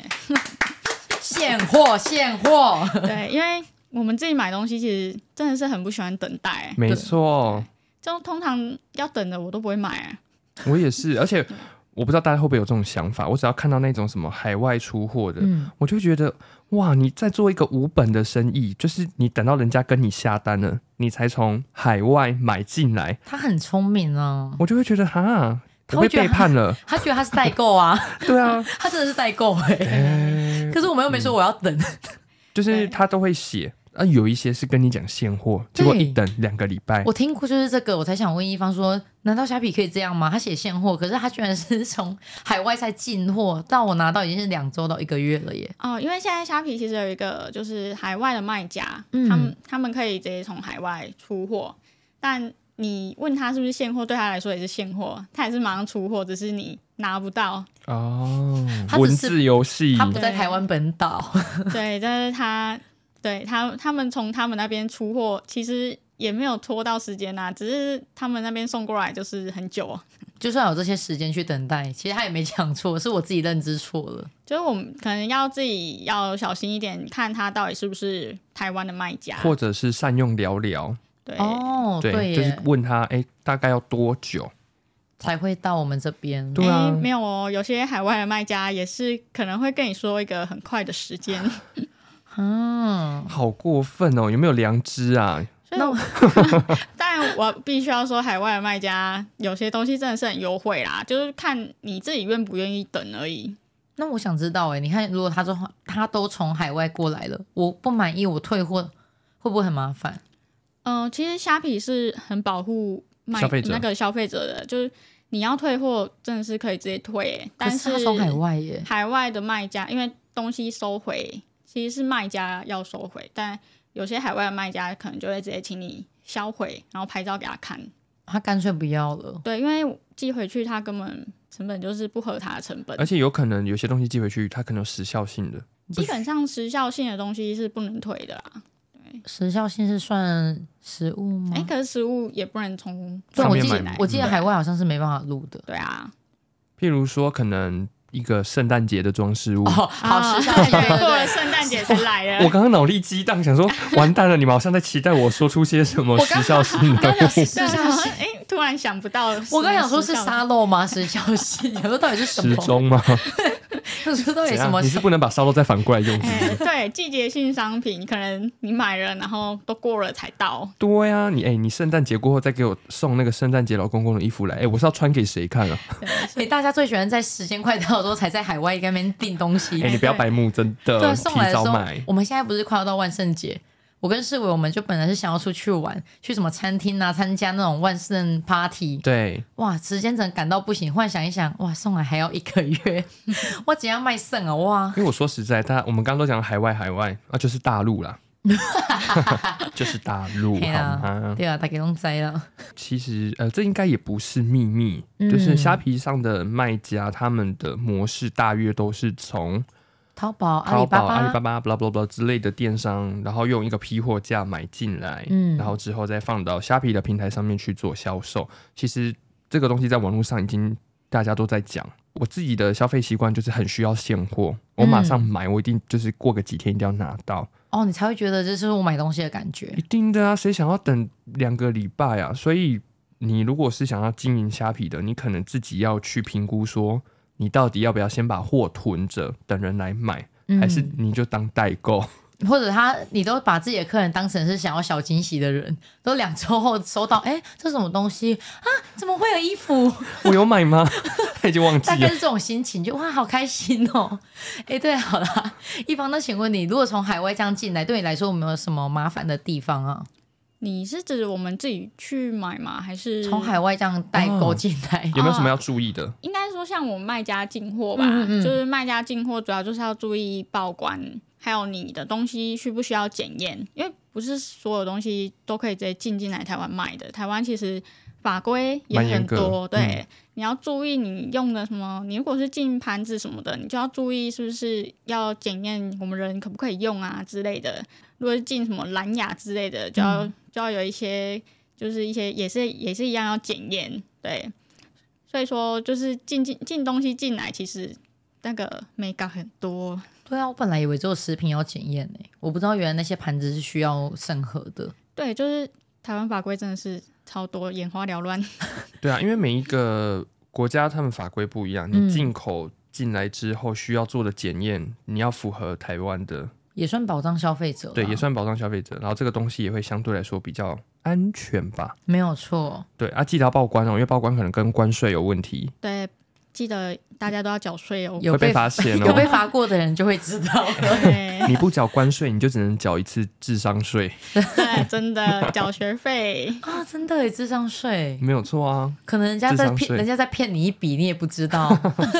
[SPEAKER 3] 现 货，现货。
[SPEAKER 1] 对，因为我们自己买东西，其实真的是很不喜欢等待、
[SPEAKER 2] 没错，
[SPEAKER 1] 就通常要等的我都不会买、啊
[SPEAKER 2] 我也是。而且我不知道大家会不会有这种想法，我只要看到那种什么海外出货的，
[SPEAKER 3] 嗯，
[SPEAKER 2] 我就觉得哇，你在做一个无本的生意，就是你等到人家跟你下单了，你才从海外买进来，
[SPEAKER 3] 他很聪明啊，
[SPEAKER 2] 我就会觉得哈，
[SPEAKER 3] 他
[SPEAKER 2] 我被
[SPEAKER 3] 会觉得
[SPEAKER 2] 背叛了。
[SPEAKER 3] 他觉得他是代购啊，
[SPEAKER 2] 对啊，
[SPEAKER 3] 他真的是代购哎、
[SPEAKER 2] 诶
[SPEAKER 3] 可是我们又没说我要等，
[SPEAKER 2] 啊就是他都会写。啊，有一些是跟你讲现货，结果一等两个礼拜，
[SPEAKER 3] 我听过就是这个，我才想问一方说，难道虾皮可以这样吗？他写现货，可是他居然是从海外才进货，到我拿到已经是两周到一个月了耶。
[SPEAKER 1] 哦，因为现在虾皮其实有一个就是海外的卖家，
[SPEAKER 3] 嗯
[SPEAKER 1] 他们他们可以直接从海外出货，但你问他是不是现货，对他来说也是现货，他也是马上出货，只是你拿不到。
[SPEAKER 2] 哦，
[SPEAKER 3] 他
[SPEAKER 2] 文
[SPEAKER 3] 只是
[SPEAKER 2] 字游戏
[SPEAKER 3] 他，不在台湾本岛，
[SPEAKER 1] 对，但是他对他他们从他们那边出货，其实也没有拖到时间呐、只是他们那边送过来就是很久、哦。
[SPEAKER 3] 就算有这些时间去等待，其实他也没讲错，是我自己认知错了。
[SPEAKER 1] 就是我们可能要自己要小心一点，看他到底是不是台湾的卖家。
[SPEAKER 2] 或者是善用聊聊，
[SPEAKER 1] 对，
[SPEAKER 3] 哦，
[SPEAKER 2] 哎对，
[SPEAKER 3] 耶，
[SPEAKER 2] 就是问他，哎，大概要多久？
[SPEAKER 3] 才会到我们这边。
[SPEAKER 2] 对啊
[SPEAKER 1] 诶没有哦，有些海外的卖家也是可能会跟你说一个很快的时间，
[SPEAKER 3] 嗯，
[SPEAKER 2] 好过分哦，有没有良知啊？
[SPEAKER 1] 所以我但我必须要说，海外的卖家有些东西真的是很优惠啦，就是看你自己愿不愿意等而已。
[SPEAKER 3] 那我想知道哎，你看，如果他说他都从海外过来了，我不满意，我退货会不会很麻烦？
[SPEAKER 1] 嗯、其实虾皮是很保护卖
[SPEAKER 2] 消费者
[SPEAKER 1] 那个消费者的，就是你要退货真的是可以直接退、诶但
[SPEAKER 3] 可他从海外耶，
[SPEAKER 1] 海外的卖家，因为东西收回其实是卖家要收回，但有些海外的卖家可能就会直接请你销毁，然后拍照给他看。
[SPEAKER 3] 他干脆不要了。
[SPEAKER 1] 对，因为寄回去他根本成本就是不合他的成本
[SPEAKER 2] 而，且有可能有些东西寄回去，它可能有时效性的，
[SPEAKER 1] 基本上时效性的东西是不能退的啦。
[SPEAKER 3] 时效性是算食物吗？
[SPEAKER 1] 哎、可是食物也不能从
[SPEAKER 3] 对，
[SPEAKER 2] 上
[SPEAKER 3] 我
[SPEAKER 2] 面
[SPEAKER 3] 记
[SPEAKER 2] 买
[SPEAKER 3] 得
[SPEAKER 2] 吗
[SPEAKER 3] 嗯我记得海外好像是没办法录的。
[SPEAKER 1] 对啊，
[SPEAKER 2] 譬如说可能一个圣诞节的装饰物。
[SPEAKER 3] 哦，好 时效性，
[SPEAKER 1] 啊对，
[SPEAKER 3] 对
[SPEAKER 1] 过了
[SPEAKER 3] 对
[SPEAKER 1] 圣诞节才来
[SPEAKER 2] 我
[SPEAKER 1] 了。
[SPEAKER 2] 刚刚脑力激荡，想 说完蛋了，你们好像在期待我说出些什么
[SPEAKER 3] 我
[SPEAKER 2] 时
[SPEAKER 3] 刚
[SPEAKER 2] 效性的
[SPEAKER 3] 对，时
[SPEAKER 1] 对啊，
[SPEAKER 3] 效性。
[SPEAKER 1] 哎、诶突然想不到。
[SPEAKER 3] 我刚想说是沙漏吗？时效性，我说到底是什
[SPEAKER 2] 时
[SPEAKER 3] 么？
[SPEAKER 2] 钟吗？
[SPEAKER 3] 我说到底
[SPEAKER 2] 怎
[SPEAKER 3] 什么
[SPEAKER 2] 样？你？是不能把烧肉再反过来用，是不
[SPEAKER 1] 哎、
[SPEAKER 2] 是？
[SPEAKER 1] 对，季节性商品，可能你买了，然后都过了才到。
[SPEAKER 2] 对呀、你哎、你圣诞节过后再给我送那个圣诞节老公公的衣服来，哎、我是要穿给谁看啊？
[SPEAKER 3] 哎，大家最喜欢在时间快到的时候才在海外那边订东西
[SPEAKER 2] 哎、。你不要
[SPEAKER 1] 对
[SPEAKER 2] 白目，真的，
[SPEAKER 3] 对，送
[SPEAKER 2] 提
[SPEAKER 3] 来的
[SPEAKER 2] 早
[SPEAKER 3] 时候
[SPEAKER 2] 买，。
[SPEAKER 3] 我们现在不是快要到万圣节，我跟世伟我们就本来是想要出去玩，去什么餐厅啊，参加那种万圣 party。
[SPEAKER 2] 对，
[SPEAKER 3] 哇，时间真的赶到不行。幻想一想，哇，送来还要一个月， 我怎样卖肾啊？哇，
[SPEAKER 2] 因为我说实在，大家我们刚刚都讲海外，海外啊，就是大陆 啦，就是大陆
[SPEAKER 3] 嘿
[SPEAKER 2] 好
[SPEAKER 3] 啦
[SPEAKER 2] 吗？
[SPEAKER 3] 对啊，大家都知了。
[SPEAKER 2] 其实呃，这应该也不是秘密，
[SPEAKER 3] 嗯
[SPEAKER 2] 就是虾皮上的卖家他们的模式大约都是从
[SPEAKER 3] 淘宝、阿
[SPEAKER 2] 淘
[SPEAKER 3] 里巴
[SPEAKER 2] 宝、
[SPEAKER 3] 巴、
[SPEAKER 2] 阿里巴巴、blah blah blah 之类的电商，然后用一个批货价买进来，
[SPEAKER 3] 嗯
[SPEAKER 2] 然后之后再放到虾皮的平台上面去做销售。其实这个东西在网络上已经大家都在讲。我自己的消费习惯就是很需要现货，
[SPEAKER 3] 嗯
[SPEAKER 2] 我马上买，我一定就是过个几天一定要拿到，
[SPEAKER 3] 哦，你才会觉得这是我买东西的感觉
[SPEAKER 2] 一。定的啊，谁想要等两个礼拜啊？所以你如果是想要经营虾皮的，你可能自己要去评估说，你到底要不要先把货囤着，等人来买，
[SPEAKER 3] 嗯
[SPEAKER 2] 还是你就当代购？
[SPEAKER 3] 或者他，你都把自己的客人当成是想要小惊喜的人，都两周后收到，哎，这什么东西啊？怎么会有衣 服？
[SPEAKER 2] 我有买 吗？他已经忘记
[SPEAKER 3] 大概
[SPEAKER 2] 了。
[SPEAKER 3] 是这种心情，就哇，好开心哦！ 哎，对，好啦，一方，那请问你，如果从海外这样进来，对你来说有没有什么麻烦的地方啊？
[SPEAKER 1] 你是指我们自己去买吗？还是
[SPEAKER 2] 嗯
[SPEAKER 3] 从海外这样代购进来，
[SPEAKER 2] 有没有什么要注意的？
[SPEAKER 1] 应该说像我们卖家进货吧，
[SPEAKER 3] 嗯嗯嗯
[SPEAKER 1] 就是卖家进货主要就是要注意报关，还有你的东西需不需要检验，因为不是所有东西都可以直接进进来台湾卖的。台湾其实法规也
[SPEAKER 2] 蛮严
[SPEAKER 1] 很
[SPEAKER 2] 格
[SPEAKER 1] 多，对，
[SPEAKER 2] 嗯
[SPEAKER 1] 你要注意你用的什么，你如果是进盘子什么的，你就要注意是不是要检验我们人可不可以用啊之类的。如果是进什么蓝牙之类的，就
[SPEAKER 2] 嗯
[SPEAKER 1] 要、就要有一些就是一些也是也是一样要检验，对。所以说，就是进进进东西进来，其实那个美感很多。
[SPEAKER 3] 对啊，我本来以为只有食品要检验呢、我不知道原来那些盘子是需要审核的。
[SPEAKER 1] 对，就是台湾法规真的是超多，眼花缭乱。
[SPEAKER 2] 对啊，因为每一个国家他们法规不一样，
[SPEAKER 3] 嗯
[SPEAKER 2] 你进口进来之后需要做的检验，你要符合台湾的，
[SPEAKER 3] 也算保障消费者啦，
[SPEAKER 2] 对，也算保障消费者。然后这个东西也会相对来说比较安全吧。
[SPEAKER 3] 没有错。
[SPEAKER 2] 对啊，记得要报关哦，因为报关可能跟关税有问题，
[SPEAKER 1] 对，记得大家都要缴税哦。
[SPEAKER 3] 有
[SPEAKER 2] 会
[SPEAKER 3] 被
[SPEAKER 2] 被发现
[SPEAKER 3] 有被
[SPEAKER 2] 哦。
[SPEAKER 3] 罚过的人就会知道 了。
[SPEAKER 1] 对
[SPEAKER 2] 你不缴关税，你就只能缴一次智商税，
[SPEAKER 1] 对，真的缴学费。
[SPEAKER 3] 啊，真的耶，智商税，
[SPEAKER 2] 没有错啊。
[SPEAKER 3] 可能人家在
[SPEAKER 2] 智商
[SPEAKER 3] 骗，
[SPEAKER 2] 税
[SPEAKER 3] 人家在骗你一笔，你也不知道，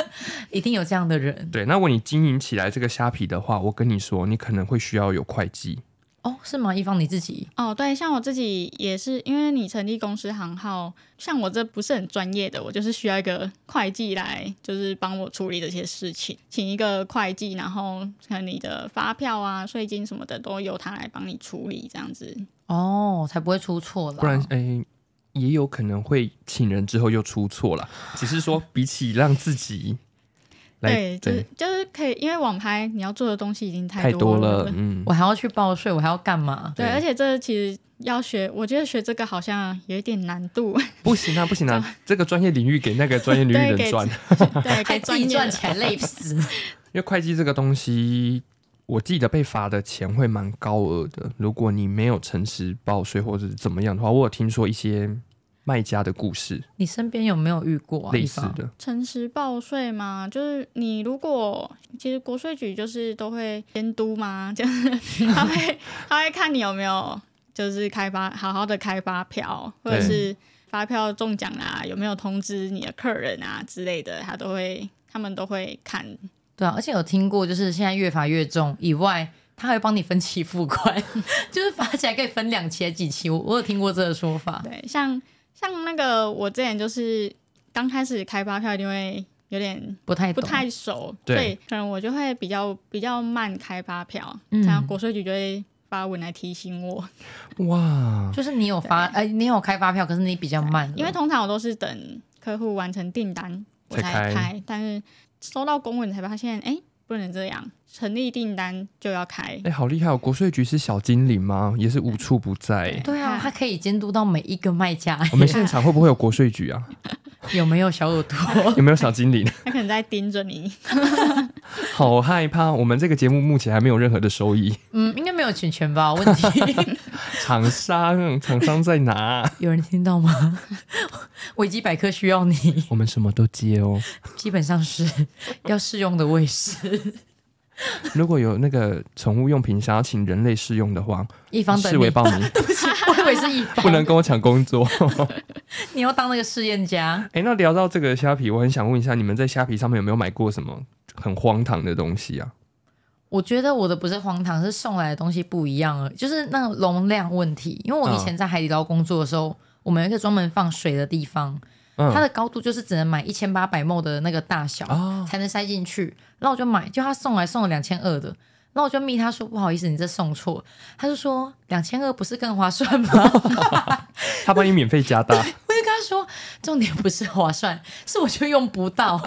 [SPEAKER 3] 一定有这样的人
[SPEAKER 2] 对，那如果你经营起来这个虾皮的话，我跟你说，你可能会需要有会计。
[SPEAKER 3] 哦，是吗？一方你自己
[SPEAKER 1] 哦，对，像我自己也是，因为你成立公司行号，像我这不是很专业的，我就是需要一个会计来，就是帮我处理这些事情，请一个会计，然后可能你的发票啊、税金什么的都由他来帮你处理，这样子。
[SPEAKER 3] 哦，才不会出错啦。
[SPEAKER 2] 不然诶、也有可能会请人之后又出错了。只是 说，比起让自己来
[SPEAKER 1] 对，就是就是可以，因为网拍你要做的东西已经
[SPEAKER 2] 太
[SPEAKER 1] 多
[SPEAKER 2] 多了，嗯，
[SPEAKER 3] 我还要去报税，我还要干嘛？
[SPEAKER 1] 对，
[SPEAKER 2] 对
[SPEAKER 1] 而且这其实要学，我觉得学这个好像有一点难度，
[SPEAKER 2] 不行啊，不 行啊，这个专业领域给那个专业领域
[SPEAKER 1] 对，
[SPEAKER 2] 的
[SPEAKER 1] 给
[SPEAKER 2] 人 赚，
[SPEAKER 1] 对，
[SPEAKER 3] 还
[SPEAKER 1] 给
[SPEAKER 3] 自
[SPEAKER 1] 专
[SPEAKER 3] 己
[SPEAKER 1] 业
[SPEAKER 3] 赚
[SPEAKER 1] 的
[SPEAKER 3] 钱累死，
[SPEAKER 2] 因为会计这个东西。我记得被罚的钱会蛮高额的，如果你没有诚实报税或者是怎么样的话，我有听说一些卖家的故事，
[SPEAKER 3] 你身边有没有遇过、啊、
[SPEAKER 2] 类似
[SPEAKER 3] 一方？
[SPEAKER 2] 的，
[SPEAKER 1] 诚实报税嘛，就是你如果其实国税局就是都会监督嘛， 就是他会他会看你有没有就是开发好好的开发票，或者
[SPEAKER 2] 对
[SPEAKER 1] 是发票中奖啦、有没有通知你的客人啊之类的，他都会他们都会看。
[SPEAKER 3] 对啊，而且有听过，就是现在越罚越重以外，他还会帮你分期付款， 就是罚起来可以分两期还几期，我我有听过这个说法。
[SPEAKER 1] 对，像像那个我之前就是刚开始开发票，因为有点
[SPEAKER 3] 不太
[SPEAKER 1] 不
[SPEAKER 3] 懂
[SPEAKER 1] 太熟，
[SPEAKER 2] 对
[SPEAKER 1] 所以可能我就会比较比较慢开发票，
[SPEAKER 3] 嗯
[SPEAKER 1] 然后国税局就会发文来提醒我。
[SPEAKER 2] 哇，
[SPEAKER 3] 就是你有发，哎、你有开发票，可是你比较慢了，
[SPEAKER 1] 因为通常我都是等客户完成订单我
[SPEAKER 2] 才
[SPEAKER 1] 才
[SPEAKER 2] 开
[SPEAKER 1] 开，但是收到公文才发现，哎、不能这样，成立订单就要开
[SPEAKER 2] 哎、。好厉害哦！国税局是小精灵吗？也是无处不在、欸。
[SPEAKER 3] 对啊，
[SPEAKER 1] 嗯
[SPEAKER 3] 他可以监督到每一个卖 家
[SPEAKER 2] 我们现场会不会有国税局啊？
[SPEAKER 3] 有没有小耳朵。
[SPEAKER 2] 有没有小精灵？
[SPEAKER 1] 他可能在盯着你，
[SPEAKER 2] 好害怕！我们这个节目目前还没有任何的收益。
[SPEAKER 3] 嗯，应该没有全权吧？问题
[SPEAKER 2] 厂商，厂商在哪？
[SPEAKER 3] 有人听到吗？ 维基百科需要你，
[SPEAKER 2] 我们什么都接哦。
[SPEAKER 3] 基本上 是要试用的卫士，
[SPEAKER 2] 如果有那个宠物用品想要请人类试用的话，
[SPEAKER 3] 一方等
[SPEAKER 2] 视
[SPEAKER 3] 你
[SPEAKER 2] 为。报名，
[SPEAKER 3] 对不起， 我以为是一方，
[SPEAKER 2] 不能跟我抢工作。
[SPEAKER 3] 你要当那个试验家。
[SPEAKER 2] 哎、那聊到这个虾皮，我很想问一下，你们在虾皮上面有没有买过什么很荒唐的东西啊？
[SPEAKER 3] 我觉得我的不是荒唐，是送来的东西不一样了，就是那个容量问题。因为我以前在海底捞工作的时候，我们有一个专门放水的地方，
[SPEAKER 2] 嗯
[SPEAKER 3] 它的高度就是只能买一千八百 ml 的那个大小
[SPEAKER 2] 哦
[SPEAKER 3] 才能塞进去。然后我就买，就他送来送了两千二的，然后我就密他说不好意思，你这送错。他就说两千二不是更划算吗？
[SPEAKER 2] 他帮你免费加大，
[SPEAKER 3] 我就跟他说，重点不是划算，是我就用不到。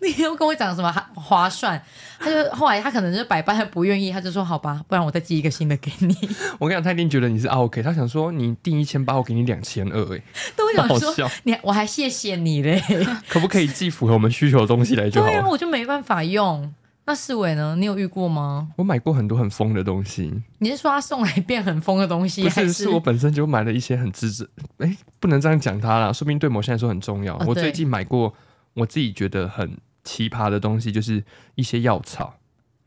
[SPEAKER 3] 你又跟我讲什么哈划算？他就后来他可能就百般不愿意，他就说好吧，不然我再寄一个新的给你。
[SPEAKER 2] 我跟你讲，他一定觉得你是啊 OK，他想说你定一千八，我给你两千二，哎，
[SPEAKER 3] 但我想
[SPEAKER 2] 好
[SPEAKER 3] 说
[SPEAKER 2] 笑，
[SPEAKER 3] 你我还谢谢你嘞。
[SPEAKER 2] 可不可以寄符合我们需求的东西 来就好
[SPEAKER 3] 对啊，
[SPEAKER 2] 了？
[SPEAKER 3] 我就没办法用。那世伟呢？你有遇过吗？
[SPEAKER 2] 我买过很多很疯的东西，
[SPEAKER 3] 你是说他送来变很疯的东西，
[SPEAKER 2] 不
[SPEAKER 3] 还
[SPEAKER 2] 是，是我本身就买了一些很自制，哎、不能这样讲它啦，说不定对某些人来说很重要。
[SPEAKER 3] 哦
[SPEAKER 2] 我
[SPEAKER 3] 对
[SPEAKER 2] 最近买过我自己觉得很奇葩的东西，就是一些药草，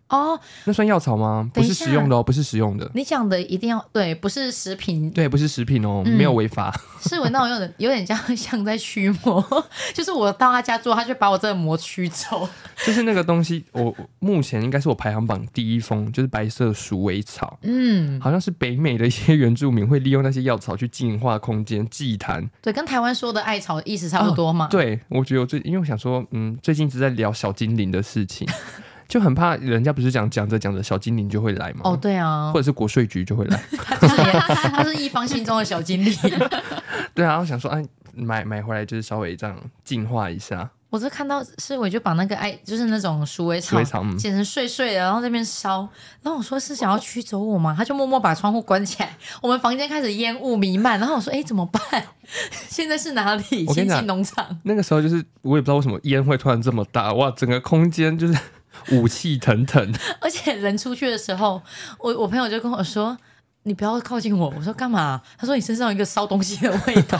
[SPEAKER 3] 哦？
[SPEAKER 2] 那算药草吗？不
[SPEAKER 3] 等一
[SPEAKER 2] 是
[SPEAKER 3] 下
[SPEAKER 2] 食用的哦，不是食用的，
[SPEAKER 3] 你讲的一定要对，不是食品。
[SPEAKER 2] 对，不是食品哦，
[SPEAKER 3] 嗯
[SPEAKER 2] 没有违法。
[SPEAKER 3] 世伟那种有点有点像 像在驱魔， 就是我到他家做，他就把我这个魔驱走。
[SPEAKER 2] 就是那个东西，我我目前应该是我排行榜第一封，就是白色鼠尾草。
[SPEAKER 3] 嗯，
[SPEAKER 2] 好像是北美的一些原住民会利用那些药草去净化空间、祭坛。
[SPEAKER 3] 对，跟台湾说的艾草意思差不多嘛。
[SPEAKER 2] 嗯对，我觉得我最因为我想说，嗯，最近一直在聊小精灵的事情，就很怕人家不是讲讲着讲着小精灵就会来嘛。
[SPEAKER 3] 哦，对啊
[SPEAKER 2] 或，者是国税局就会来。
[SPEAKER 3] 他就是也他是一方心中的小精灵。
[SPEAKER 2] 对啊，我想说，哎、买买回来就是稍微这样净化一下。
[SPEAKER 3] 我就看到世伟就把那个艾，就是那种鼠尾
[SPEAKER 2] 鼠
[SPEAKER 3] 草
[SPEAKER 2] 尾草，嗯
[SPEAKER 3] 剪成碎碎的，然后在那边烧。然后我说是想要驱走我吗？他就默默把窗户关起来。 我们房间开始烟雾弥漫，然后我说：“哎，怎么办？ 现在是哪里？
[SPEAKER 2] 我跟
[SPEAKER 3] 亲
[SPEAKER 2] 你讲
[SPEAKER 3] 近农场。
[SPEAKER 2] 那个时候就是我也不知道为什么烟会突然这么大，哇，整个空间就是 武器腾腾。”
[SPEAKER 3] 而且人出去的时候，我我朋友就跟我说：“你不要靠近我。”我说：“干嘛？”他说：“你身上有一个烧东西的味道。”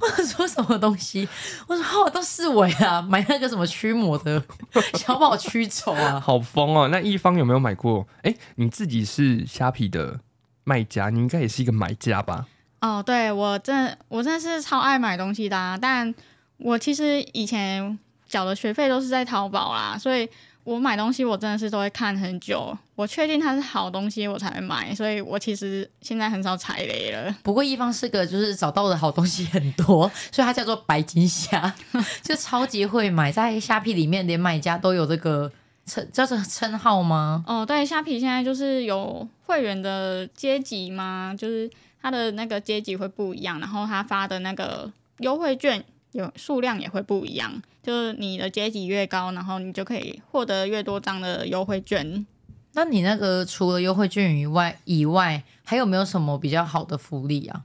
[SPEAKER 3] 我说：“什么东西？”我说：“哦，都是我呀，买那个什么驱魔的， 想要把我驱走啊。
[SPEAKER 2] 好疯哦！那一方有没有买过？哎、你自己是虾皮的卖家，你应该也是一个买家吧？
[SPEAKER 1] 哦，对我真的我真的是超爱买东西的、啊，但我其实以前缴的学费都是在淘宝啦，所以我买东西我真的是都会看很久，我确定它是好东西我才会买，所以我其实现在很少踩雷了”。
[SPEAKER 3] 不过一方是个就是找到的好东西很多，所以它叫做白金虾，就超级会买，在虾皮里面连买家都有这个称叫做称号吗？
[SPEAKER 1] 哦，对，虾皮现在就是有会员的阶级嘛，就是它的那个阶级会不一样，然后它发的那个优惠券有数量也会不一样，就是你的阶级越高，然后你就可以获得越多张的优惠券。
[SPEAKER 3] 那你那个除了优惠券以外以外，还有没有什么比较好的福利啊？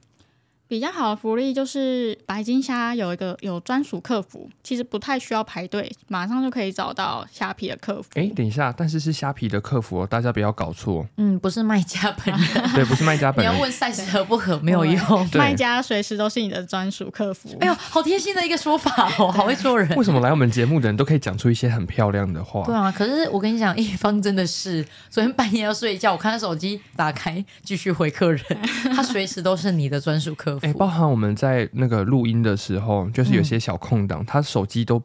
[SPEAKER 1] 比较好的福利就是白金虾有一个有专属客服，其实不太需要排队，马上就可以找到虾皮的客服。
[SPEAKER 2] 哎、等一下，但是是虾皮的客服哦，大家不要搞错，
[SPEAKER 3] 嗯，不是卖家本人，
[SPEAKER 2] 对，不是卖家
[SPEAKER 3] 你
[SPEAKER 2] 本
[SPEAKER 3] 要
[SPEAKER 2] 人。
[SPEAKER 3] 问 size 合不合没有用。
[SPEAKER 2] 对
[SPEAKER 1] 卖家随时都是你的专属客服。
[SPEAKER 3] 哎呦，好贴心的一个说法哦，好会做人
[SPEAKER 2] 为。什么来我们节目的人都可以讲出一些很漂亮的话
[SPEAKER 3] 对？啊，可是我跟你讲，一方真的是昨天半夜要睡觉，我看他手机打开继续回客人，他随时都是你的专属客服。
[SPEAKER 2] 哎、包含我们在那个录音的时候，就是有些小空档，他手机都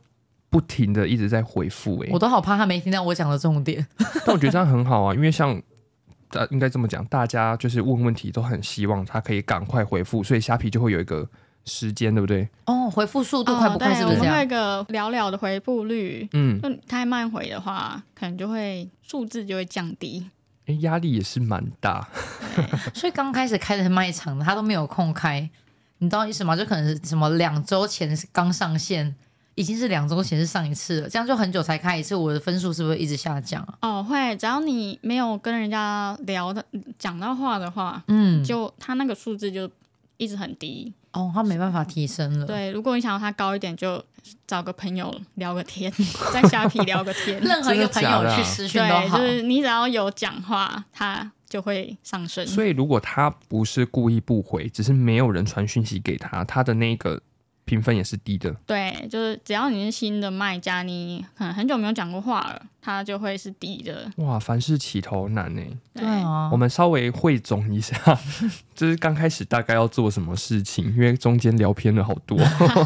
[SPEAKER 2] 不停的一直在回复、诶
[SPEAKER 3] 我都好怕他没听到我讲的重点。
[SPEAKER 2] 但我觉得这样很好啊，因为像大应该这么讲，大家就是问问题都很希望他可以赶快回复，所以虾皮就会有一个时间，对不对？
[SPEAKER 3] 哦，回复速度
[SPEAKER 1] 哦
[SPEAKER 3] 快不快？
[SPEAKER 1] 对
[SPEAKER 3] 是不是
[SPEAKER 1] 我们
[SPEAKER 3] 这
[SPEAKER 1] 会有
[SPEAKER 3] 样？
[SPEAKER 1] 一个寥寥的回复率，
[SPEAKER 2] 嗯，
[SPEAKER 1] 就太慢回的话，可能就会数字就会降低。
[SPEAKER 2] 诶哎压力也是蛮大。
[SPEAKER 3] 所以刚开始开的卖场，他都没有空开，你知道意思吗？就可能是什么两周前是刚上线，已经是两周前是上一次了，这样就很久才开一次，我的分数是不是一直下降啊？
[SPEAKER 1] 哦，会，只要你没有跟人家聊的讲到话的话，
[SPEAKER 3] 嗯，
[SPEAKER 1] 就他那个数字就一直很低。
[SPEAKER 3] 哦，他没办法提升了。
[SPEAKER 1] 对，如果你想要它高一点，就找个朋友聊个天，在虾皮聊个天。
[SPEAKER 3] 任何一个
[SPEAKER 2] 真
[SPEAKER 3] 朋
[SPEAKER 2] 的假
[SPEAKER 3] 友
[SPEAKER 2] 的啊
[SPEAKER 3] 去私讯都
[SPEAKER 1] 对，
[SPEAKER 3] 好
[SPEAKER 1] 就，是你只要有讲话，它就会上升。
[SPEAKER 2] 所以如果他不是故意不回，只是没有人传讯息给他，他的那个评分也是低的。
[SPEAKER 1] 对，就是只要你是新的卖家，你可能很久没有讲过话了，它就会是低的。
[SPEAKER 2] 哇，凡事起头难呢、哎
[SPEAKER 3] 对啊
[SPEAKER 2] 我，们稍微汇总一 下，就是刚开始大概要做什么事情，因为中间聊偏了好 多。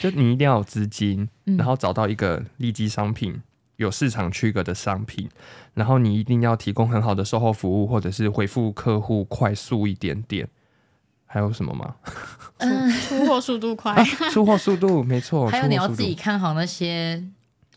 [SPEAKER 2] 就你一定要有资金，
[SPEAKER 3] 嗯
[SPEAKER 2] 然后找到一个利基商品、有市场区隔的商品，然后你一定要提供很好的售后服务，或者是回复客户快速一点点。还有什么吗？
[SPEAKER 1] 出出货速度快
[SPEAKER 2] 啊， 出货速度没错，
[SPEAKER 3] 哎还有
[SPEAKER 2] 出货
[SPEAKER 3] 你要
[SPEAKER 2] 速
[SPEAKER 3] 自
[SPEAKER 2] 度
[SPEAKER 3] 己看好那些，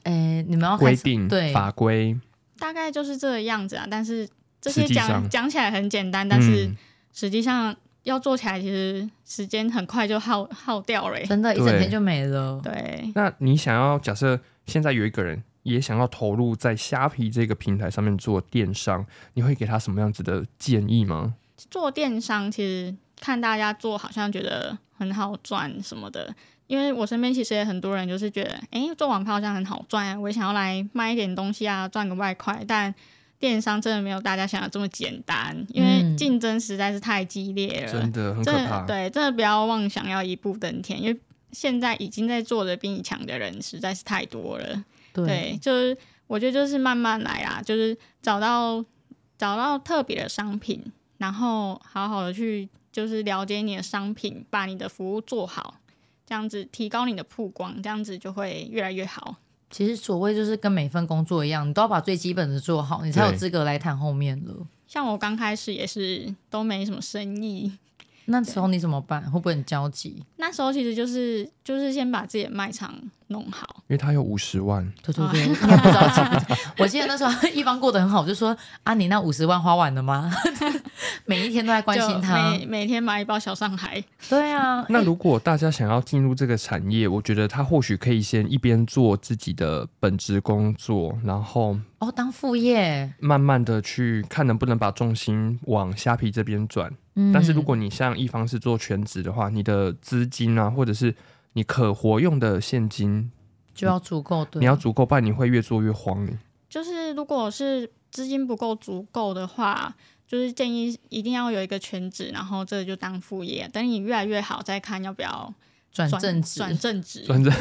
[SPEAKER 3] 诶，你们要看
[SPEAKER 2] 规定
[SPEAKER 3] 对
[SPEAKER 2] 法规，
[SPEAKER 1] 大概就是这个样子啊。但是这些
[SPEAKER 2] 实际
[SPEAKER 1] 讲
[SPEAKER 2] 上
[SPEAKER 1] 讲起来很简单，但是
[SPEAKER 2] 嗯
[SPEAKER 1] 实际上要做起来，其实时间很快就耗耗掉了欸、
[SPEAKER 3] 真的，一整
[SPEAKER 2] 对
[SPEAKER 3] 天就没了。
[SPEAKER 1] 对，
[SPEAKER 2] 那你想要假设现在有一个人也想要投入在虾皮这个平台上面做电商，你会给他什么样子的建议吗？
[SPEAKER 1] 做电商其实看大家做，好像觉得很好赚什么的。因为我身边其实也很多人就是觉得，诶，做网拍好像很好赚啊，我也想要来卖一点东西啊，赚个外快。但电商真的没有大家想的这么简单，因为
[SPEAKER 3] 嗯
[SPEAKER 1] 竞争实在是太激烈了。
[SPEAKER 2] 真的很可
[SPEAKER 1] 呃真的
[SPEAKER 2] 怕，
[SPEAKER 1] 对，真的不要妄想要一步登天，因为现在已经在做的比你强的人实在是太多了。对，就是我觉得就是慢慢来啦，就是找到找到特别的商品，然后好好的去就是了解你的商品，把你的服务做好，这样子提高你的曝光，这样子就会越来越好。
[SPEAKER 3] 其实所谓就是跟每份工作一样，你都要把最基本的做好，你才有
[SPEAKER 2] 对
[SPEAKER 3] 资格来谈后面了。
[SPEAKER 1] 像我刚开始也是都没什么生意，
[SPEAKER 3] 那时候你怎么办？会不会很焦急？
[SPEAKER 1] 那时候其实就是就是先把自己的卖场弄好，
[SPEAKER 2] 因为他有五十万，
[SPEAKER 3] 对对对，应该不着急。不着急 我记得那时候一方过得很好，我就说啊，你那五十万花完了吗？ 每一天都在关心
[SPEAKER 1] 就
[SPEAKER 3] 他。
[SPEAKER 1] 每每天买一包小上海。
[SPEAKER 3] 对啊，
[SPEAKER 2] 那如果大家想要进入这个产业，我觉得他或许可以先一边做自己的本职工作，然后
[SPEAKER 3] 哦，当副业。
[SPEAKER 2] 慢慢的去看能不能把重心往虾皮这边转。
[SPEAKER 3] 嗯
[SPEAKER 2] 但是如果你像一方是做全职的话，你的资金啊，或者是你可活用的现金，
[SPEAKER 3] 就要足够对，
[SPEAKER 2] 你要足够，不然你会越做越慌。欸你
[SPEAKER 1] 就是如果是资金不够足够的话，就是建议一定要有一个全职，然后这个就当副业。等你越来越好，再看要不要
[SPEAKER 3] 转
[SPEAKER 1] 转
[SPEAKER 3] 正职，
[SPEAKER 1] 转正职。
[SPEAKER 2] 反 正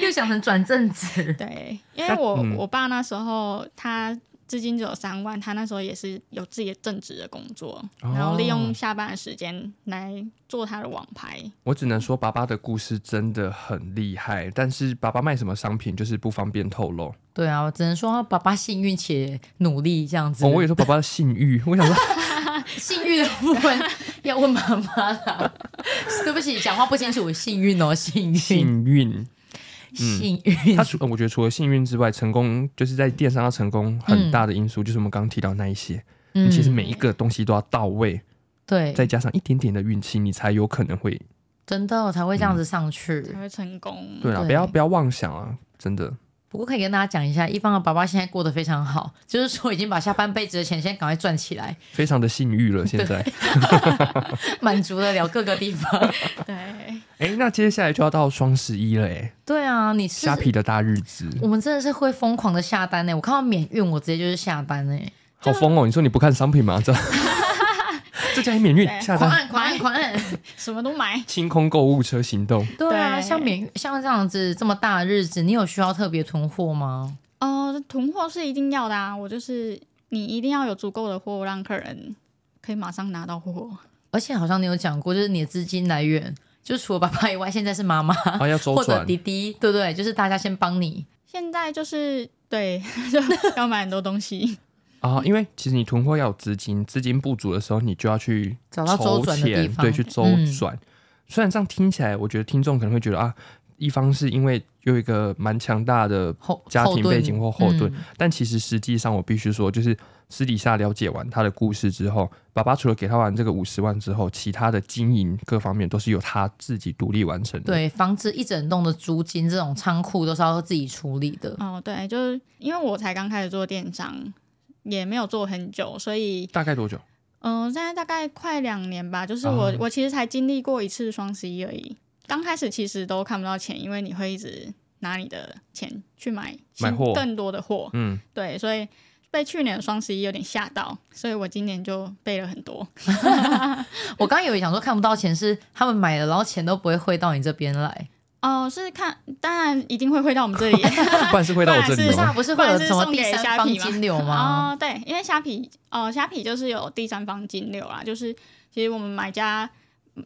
[SPEAKER 3] 又想成转正职。
[SPEAKER 1] 对，因为我、
[SPEAKER 2] 嗯
[SPEAKER 1] 我爸那时候他资金只有三万，他那时候也是有自己的正职的工作，
[SPEAKER 2] 哦
[SPEAKER 1] 然后利用下班的时间来做他的网拍。
[SPEAKER 2] 我只能说，爸爸的故事真的很厉害，但是爸爸卖什么商品就是不方便透露。
[SPEAKER 3] 对啊，我只能说爸爸幸运且努力这样子。
[SPEAKER 2] 哦，我也说爸爸的性欲， 我想说，
[SPEAKER 3] 幸运的部分要问妈妈啦。对不起，讲话不清楚，幸运哦，幸运，
[SPEAKER 2] 幸运。
[SPEAKER 3] 幸运
[SPEAKER 2] 他。除、呃我觉得除了幸运之外，成功就是在电商要成功很大的因素，就是我们刚刚提到那一些。
[SPEAKER 1] 嗯
[SPEAKER 2] 你其实每一个东西都要到位，
[SPEAKER 3] 嗯对，
[SPEAKER 2] 再加上一点点的运气，你才有可能会
[SPEAKER 3] 真的才会这样子上去。
[SPEAKER 1] 才会成功。
[SPEAKER 2] 对啦，啊
[SPEAKER 3] 对
[SPEAKER 2] 不要不要妄想啊，真的。
[SPEAKER 3] 不过可以跟大家讲一下，一方的爸爸现在过得非常好，就是说已经把下半辈子的钱先赶快赚起来，
[SPEAKER 2] 非常的性欲了，现在。
[SPEAKER 3] 满足得了各个地方。
[SPEAKER 1] 对，
[SPEAKER 2] 哎、那接下来就要到双十一了、哎，
[SPEAKER 3] 对啊，你是
[SPEAKER 2] 虾皮的大日子，
[SPEAKER 3] 我们真的是会疯狂的下单呢、欸我看到免运，我直接就是下单欸呢、
[SPEAKER 2] 好疯哦！你说你不看商品吗？这 这家也免运
[SPEAKER 1] 对
[SPEAKER 2] 下
[SPEAKER 3] 狂
[SPEAKER 2] 单，
[SPEAKER 3] 按狂按狂按！
[SPEAKER 1] 什么都买。
[SPEAKER 2] 清空购物车行动。
[SPEAKER 3] 对啊，
[SPEAKER 1] 对
[SPEAKER 3] 像免运像这样子这么大的日子，你有需要特别囤货吗？
[SPEAKER 1] 哦，囤货是一定要的啊！我就是你一定要有足够的货，让客人可以马上拿到货。
[SPEAKER 3] 而且好像你有讲过，就是你的资金来源，就除了爸爸以外，现在是妈妈、
[SPEAKER 2] 啊，要周
[SPEAKER 3] 或者
[SPEAKER 2] 转
[SPEAKER 3] 弟弟，对不对？就是大家先帮你。
[SPEAKER 1] 现在就是对， 就要买很多东西。
[SPEAKER 2] 啊，因为其实你囤货要有资金，资金不足的时候，你就要去
[SPEAKER 3] 找到周
[SPEAKER 2] 筹
[SPEAKER 3] 转的地
[SPEAKER 2] 钱
[SPEAKER 3] 方
[SPEAKER 2] 对，去周
[SPEAKER 3] 嗯
[SPEAKER 2] 转。虽然这样听起来，我觉得听众可能会觉得啊，一方是因为有一个蛮强大的
[SPEAKER 3] 后
[SPEAKER 2] 家庭背景或后盾
[SPEAKER 3] 嗯
[SPEAKER 2] 但其实实际上，我必须说，就是私底下了解完他的故事之后，爸爸除了给他完这个五十万之后，其他的经营各方面都是由他自己独立完成的。，
[SPEAKER 3] 对，房子一整栋的租金这种仓库都是要自己处理的。
[SPEAKER 1] 哦，对，就是因为我才刚开始做电商，也没有做很久，所以
[SPEAKER 2] 大概多久？
[SPEAKER 1] 嗯、呃现在大概快两年吧。就是我、
[SPEAKER 2] 哦
[SPEAKER 1] 我其实才经历过一次双十一而已。刚开始其实都看不到钱，因为你会一直拿你的钱去买新
[SPEAKER 2] 买货
[SPEAKER 1] 更多的货。
[SPEAKER 2] 嗯，
[SPEAKER 1] 对，所以被去年的双十一有点吓到，所以我今年就备了很多。
[SPEAKER 3] 我刚刚以为想说看不到钱是他们买了，然后钱都不会汇到你这边来，
[SPEAKER 1] 哦，是看，当然一定会回到我们 这里。
[SPEAKER 2] 不然是回到我这里
[SPEAKER 1] 不
[SPEAKER 3] 不是啊
[SPEAKER 2] 吗？
[SPEAKER 3] 不是会有什么
[SPEAKER 1] 不然是送
[SPEAKER 3] 第
[SPEAKER 1] 给
[SPEAKER 3] 三
[SPEAKER 1] 虾
[SPEAKER 3] 方
[SPEAKER 1] 皮吗
[SPEAKER 3] 金流吗？
[SPEAKER 1] 哦，对，因为虾皮，哦，虾皮就是有第三方金流啦，就是其实我们买家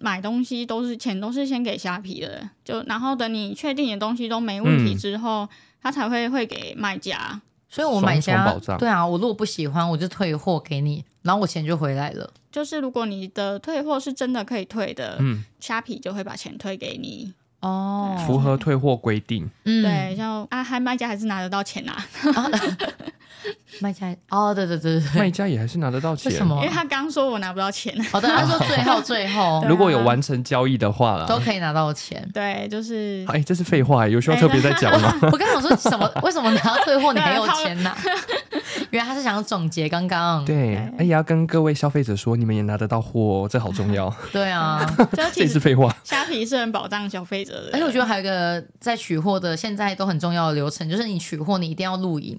[SPEAKER 1] 买东西都是钱都是先给虾皮的，就然后等你确定你的东西都没问题
[SPEAKER 2] 嗯
[SPEAKER 1] 之后，他才会会给卖家。
[SPEAKER 3] 所以我买
[SPEAKER 2] 双重
[SPEAKER 3] 家
[SPEAKER 2] 保障
[SPEAKER 3] 对啊，我如果不喜欢，我就退货给你，然后我钱就回来了。
[SPEAKER 1] 就是如果你的退货是真的可以退的，
[SPEAKER 2] 嗯，
[SPEAKER 1] 虾皮就会把钱退给你。
[SPEAKER 3] 哦，
[SPEAKER 2] 符合退货规定，
[SPEAKER 3] 嗯，
[SPEAKER 1] 啊对，像啊，还卖家还是拿得到钱啊，
[SPEAKER 3] 卖家哦，对对对 对对，
[SPEAKER 2] 卖家也还是拿得到钱。
[SPEAKER 3] 为什么
[SPEAKER 1] 因为他刚说我拿不到钱。
[SPEAKER 3] 好的，他 说最后最后
[SPEAKER 1] 对
[SPEAKER 2] 如果有完成交易的话啦，
[SPEAKER 3] 都可以拿到钱。
[SPEAKER 1] 对，就是
[SPEAKER 2] 哎，这是废话，有需要特别再讲 吗？
[SPEAKER 3] 我刚想说什么？ 为什么你要退货？你还有
[SPEAKER 1] 对啊他
[SPEAKER 3] 钱拿？ 原来他是想总结刚刚。
[SPEAKER 2] 啊对，哎，也要跟各位消费者说，你们也拿得到货哦，这好 重要。
[SPEAKER 3] 对啊，
[SPEAKER 1] 就
[SPEAKER 2] 这
[SPEAKER 1] 其
[SPEAKER 2] 也是
[SPEAKER 1] 实
[SPEAKER 2] 废话。
[SPEAKER 1] 虾皮是很保障消费者的。
[SPEAKER 3] 而且哎我觉得还有一个在取货的现在都很重要的流程，就是你取货你一定要录影，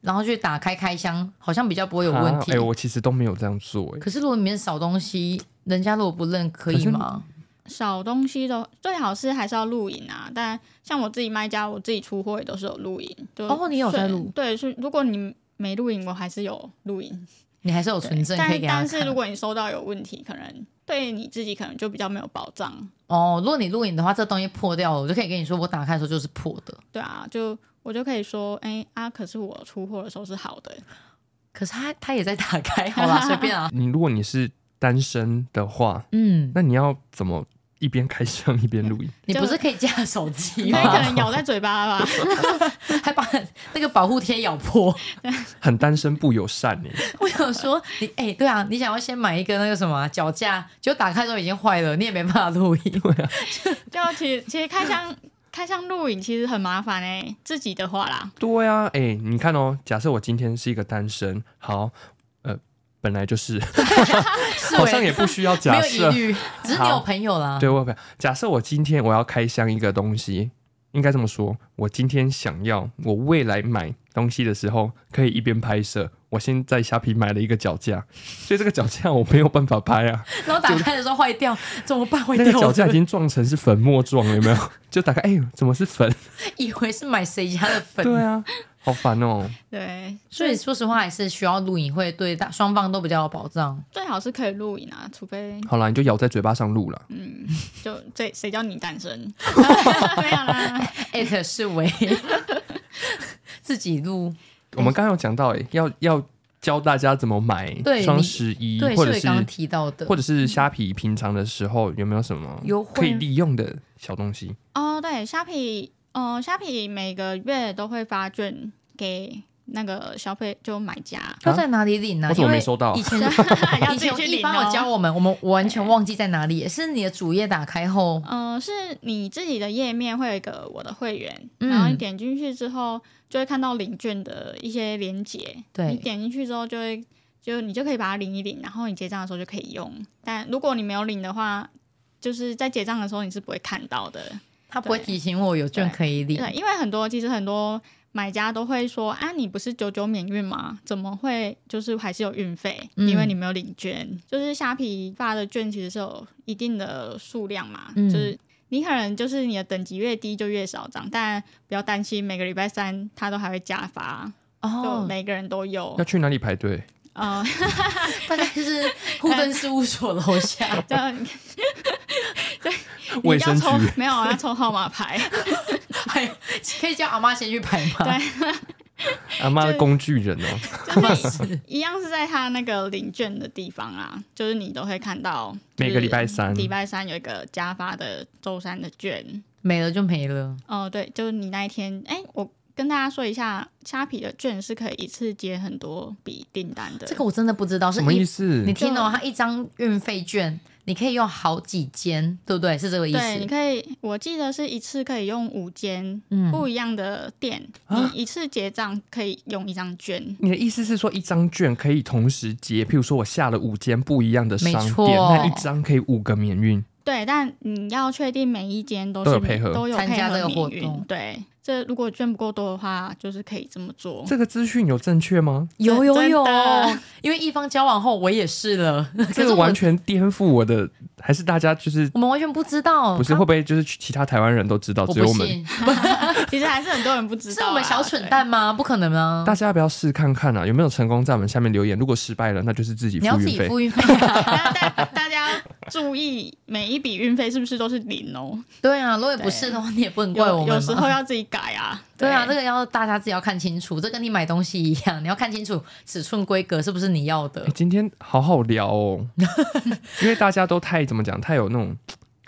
[SPEAKER 3] 然后去打开开箱，好像比较不会有问题。
[SPEAKER 2] 啊哎，我其实都没有这样做，哎，
[SPEAKER 3] 可是如果里面少东西，人家如果不认可以吗？
[SPEAKER 1] 少东西都最好是还是要录影啊，但像我自己卖家，我自己出货也都是有录影。就
[SPEAKER 3] 哦你有在录
[SPEAKER 1] 对，是如果你没录影，我还是有录影。
[SPEAKER 3] 你还是有存证可以
[SPEAKER 1] 但
[SPEAKER 3] 给他
[SPEAKER 1] 但
[SPEAKER 3] 看。
[SPEAKER 1] 是如果你收到有问题，可能对你自己可能就比较没有保障。
[SPEAKER 3] 哦，如果你录影的话，这东西破掉了，我就可以跟你说，我打开的时候就是破的。
[SPEAKER 1] 对啊，就我就可以说，哎、啊，可是我出货的时候是好
[SPEAKER 3] 啊
[SPEAKER 1] 的，
[SPEAKER 3] 可是他他也在打开，好啦，随便啊。
[SPEAKER 2] 你如果你是单身的话，
[SPEAKER 3] 嗯，
[SPEAKER 2] 那你要怎么一边开箱一边录音？
[SPEAKER 3] 你不是可以架手机
[SPEAKER 1] 因为可
[SPEAKER 3] 吗？
[SPEAKER 1] 能咬在嘴巴吧。
[SPEAKER 3] 还把那个保护贴咬破。
[SPEAKER 2] 很单身不友善哎，
[SPEAKER 3] 我想说，你哎、对啊，你想要先买一个那个什么啊脚架，结果打开之后已经坏了，你也没办法录音。
[SPEAKER 1] 就其实其实开箱 开箱录影其实很麻烦哎、自己的话啦，
[SPEAKER 2] 对啊，哎、你看哦，假设我今天是一个单身，好，呃，本来 就是，好像也不需要
[SPEAKER 3] 没
[SPEAKER 2] 假
[SPEAKER 3] 有
[SPEAKER 2] 设
[SPEAKER 3] 疑，虑，只是你有朋友啦。
[SPEAKER 2] 对我有朋友假设我今天我要开箱一个东西，应该这么说，我今天想要我未来买东西的时候，可以一边拍摄。我先在虾皮买了一个脚架，所以这个脚架我没有办法拍 啊，
[SPEAKER 3] 然后打开的时候坏掉，怎么办？坏
[SPEAKER 2] 那
[SPEAKER 3] 掉
[SPEAKER 2] 个
[SPEAKER 3] 了
[SPEAKER 2] 脚架已经撞成是粉末状了，有没有？就打开，哎、呦，怎么是粉？
[SPEAKER 3] 以为是买谁家的粉。
[SPEAKER 2] 对啊，好烦哦。
[SPEAKER 1] 对，
[SPEAKER 3] 所以说实话，还是需要录影会对大双方都比较有保障。
[SPEAKER 1] 最好是可以录影啊，除非
[SPEAKER 2] 好啦，你就咬在嘴巴上录了。
[SPEAKER 1] 就这谁叫你单身？对啊啦，
[SPEAKER 3] 艾 特是为自己录，
[SPEAKER 2] 我们刚刚有讲到、欸，要要教大家怎么买
[SPEAKER 3] 对
[SPEAKER 2] 双
[SPEAKER 3] 你
[SPEAKER 2] 十一，
[SPEAKER 3] 对，
[SPEAKER 2] 或
[SPEAKER 3] 是
[SPEAKER 2] 者
[SPEAKER 3] 我刚刚
[SPEAKER 2] 是
[SPEAKER 3] 提到的嗯
[SPEAKER 2] 或。者是虾皮平常的时候有没有什么
[SPEAKER 3] 优惠啊，
[SPEAKER 2] 可以利用的小东西？
[SPEAKER 1] 哦对，虾皮哦虾皮每个月都会发券给那个消费就买家
[SPEAKER 3] 要在哪里领呢、
[SPEAKER 2] 啊我
[SPEAKER 3] 因
[SPEAKER 2] 怎么
[SPEAKER 3] 为
[SPEAKER 2] 没收到
[SPEAKER 3] 以前
[SPEAKER 1] 要
[SPEAKER 3] 以
[SPEAKER 1] 自己
[SPEAKER 3] 前
[SPEAKER 1] 去
[SPEAKER 3] 一
[SPEAKER 1] 领
[SPEAKER 3] 般有教
[SPEAKER 1] 哦。
[SPEAKER 3] 我们，我 们完全忘记在哪里，是你的主页打开后，
[SPEAKER 1] 呃，是你自己的页面会有一个我的会员，
[SPEAKER 3] 嗯
[SPEAKER 1] 然后你点进去之后就会看到领券的一些连接，你
[SPEAKER 3] 对，
[SPEAKER 1] 点进去之后就会就你就可以把它领一领，然后你结账的时候就可以用。但如果你没有领的话，就是在结账的时候你是不会看到的。
[SPEAKER 3] 他不会提醒我有券可以领。
[SPEAKER 1] 对，因为很多其实很多买家都会说啊，你不是九九免运吗？怎么会就是还是有运费？
[SPEAKER 3] 嗯
[SPEAKER 1] 因为你没有领券，就是虾皮发的券其实是有一定的数量嘛，
[SPEAKER 3] 嗯
[SPEAKER 1] 就是。你可能就是你的等级越低就越少涨，但不要担心，每个礼拜三它都还会加发，就
[SPEAKER 3] 哦，
[SPEAKER 1] 每个人都有
[SPEAKER 2] 要。去哪里排队？
[SPEAKER 1] 呃，。
[SPEAKER 3] 大概是户政事务所楼下
[SPEAKER 1] 就你
[SPEAKER 2] 卫
[SPEAKER 1] 要
[SPEAKER 2] 生局
[SPEAKER 1] 抽没有啊，要抽号码牌。
[SPEAKER 3] 哎，可以叫阿妈先去排吗？
[SPEAKER 2] 阿妈的工具人哦，
[SPEAKER 1] 就是一样是在他那个领券的地方啦，就是你都会看到，就是
[SPEAKER 2] 每个礼拜三
[SPEAKER 1] 礼拜三有一个加发的周三的券。
[SPEAKER 3] 没了就没了。
[SPEAKER 1] 哦、对，就是你那一天，哎、我跟大家说一下，虾皮的券是可以一次接很多笔订单的。
[SPEAKER 3] 这个我真的不知道，是
[SPEAKER 2] 什么意
[SPEAKER 3] 一
[SPEAKER 2] 思
[SPEAKER 3] 你？听哦，它一张运费券，你可以用好几间，对不对？是这个意
[SPEAKER 1] 对，你
[SPEAKER 3] 思。
[SPEAKER 1] 可以，我记得是一次可以用五间
[SPEAKER 3] 嗯
[SPEAKER 1] 不一样的店，你一次结账可以用一张券。
[SPEAKER 2] 你的意思是说，一张券可以同时结，譬如说我下了五间不一样的商
[SPEAKER 3] 没错
[SPEAKER 2] 店，那一张可以五个免运，
[SPEAKER 1] 对，但你要确定每一间都是
[SPEAKER 2] 都有配合
[SPEAKER 1] 都有
[SPEAKER 3] 参
[SPEAKER 1] 配
[SPEAKER 3] 加
[SPEAKER 1] 合
[SPEAKER 3] 这个
[SPEAKER 1] 你
[SPEAKER 3] 活
[SPEAKER 1] 运
[SPEAKER 3] 动
[SPEAKER 1] 对，这如果券不够多的话，就是可以这么做。
[SPEAKER 2] 这个资讯有正确吗？
[SPEAKER 3] 有有
[SPEAKER 1] 真
[SPEAKER 3] 有
[SPEAKER 1] 的，
[SPEAKER 3] 因为一方交往后，我也是 了。可
[SPEAKER 2] 这
[SPEAKER 3] 是
[SPEAKER 2] 个
[SPEAKER 3] 我
[SPEAKER 2] 完全颠覆我的，还是大家就是
[SPEAKER 3] 我们完全不知道，
[SPEAKER 2] 不是
[SPEAKER 3] 哦他
[SPEAKER 2] 会不会就是其他台湾人都知道，
[SPEAKER 3] 我
[SPEAKER 2] 只有
[SPEAKER 3] 不
[SPEAKER 2] 我们
[SPEAKER 3] 信，
[SPEAKER 1] 其实还是很多人不知
[SPEAKER 3] 是
[SPEAKER 1] 道啊，
[SPEAKER 3] 我们小蠢蛋吗？不可能啊！
[SPEAKER 2] 大家要不要试看看啊？有没有成功在我们下面留言？如果失败了，那就是自己
[SPEAKER 3] 你要
[SPEAKER 2] 付
[SPEAKER 3] 自
[SPEAKER 2] 运
[SPEAKER 3] 己
[SPEAKER 2] 费。
[SPEAKER 3] 付运费、
[SPEAKER 1] 对。
[SPEAKER 3] 啊，
[SPEAKER 1] 但但大家注意每一笔运费是不是都是零哦？
[SPEAKER 3] 对啊，如果不是的话，你也不能怪我
[SPEAKER 1] 有
[SPEAKER 3] 们嘛。
[SPEAKER 1] 有时候要自己改啊。
[SPEAKER 3] 对啊，这个要大家自己要看清楚，这跟你买东西一样，你要看清楚尺寸规格是不是你要的
[SPEAKER 2] 欸。今天好好聊 哦，因为大家都太怎么讲，太有那种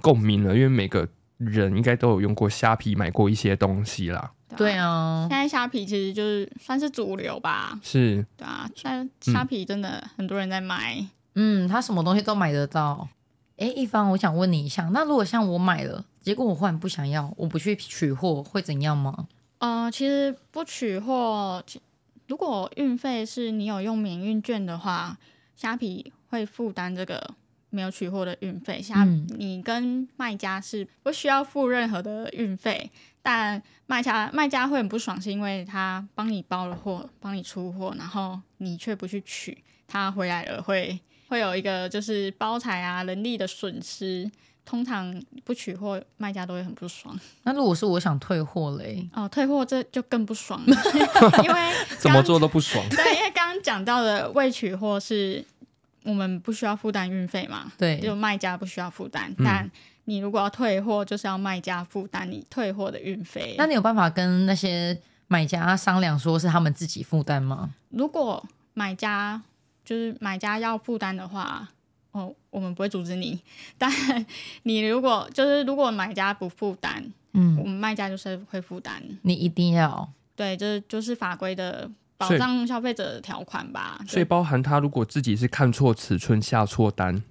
[SPEAKER 2] 共鸣了。因为每个人应该都有用过虾皮买过一些东西啦，
[SPEAKER 3] 对，啊
[SPEAKER 1] 现，在虾皮其实就是算是主流吧，
[SPEAKER 2] 是
[SPEAKER 1] 对啊，但
[SPEAKER 2] 嗯
[SPEAKER 1] 虾皮真的很多人在买，
[SPEAKER 3] 嗯，他什么东西都买得到。哎，一方，我想问你一下，那如果像我买了，结果我忽然不想要，我不去取货会怎样吗？
[SPEAKER 1] 呃，其实不取货，其如果运费是你有用免运券的话，虾皮会负担这个没有取货的运费。虾、
[SPEAKER 3] 嗯
[SPEAKER 1] 你跟卖家是不需要付任何的运费，但卖家卖家会很不爽，是因为他帮你包了货，帮你出货，然后你却不去取，他回来了会会有一个就是包材啊人力的损失。通常不取货，卖家都会很不爽。
[SPEAKER 3] 那如果是我想退货嘞，
[SPEAKER 1] 哦，退货这就更不爽 了，因为
[SPEAKER 2] 怎么做都不爽。
[SPEAKER 1] 刚？对，因为刚刚讲到的未取货是我们不需要负担运费嘛，就
[SPEAKER 3] 对，
[SPEAKER 1] 卖家不需要负担，
[SPEAKER 2] 嗯
[SPEAKER 1] 但你如果要退货，就是要卖家负担你退货的运费。
[SPEAKER 3] 那你有办法跟那些买家商量，说是他们自己负担吗？
[SPEAKER 1] 如果买家就是买家要负担的话，哦，我们不会阻止你，但你如果就是如果买家不负担，我
[SPEAKER 3] 嗯，
[SPEAKER 1] 们卖家就是会负担。
[SPEAKER 3] 你一定要。
[SPEAKER 1] 对，这就是法规的保
[SPEAKER 2] 所以
[SPEAKER 1] 障消费者的条款吧。
[SPEAKER 2] 所以包含他如果自己是看错尺寸下错单，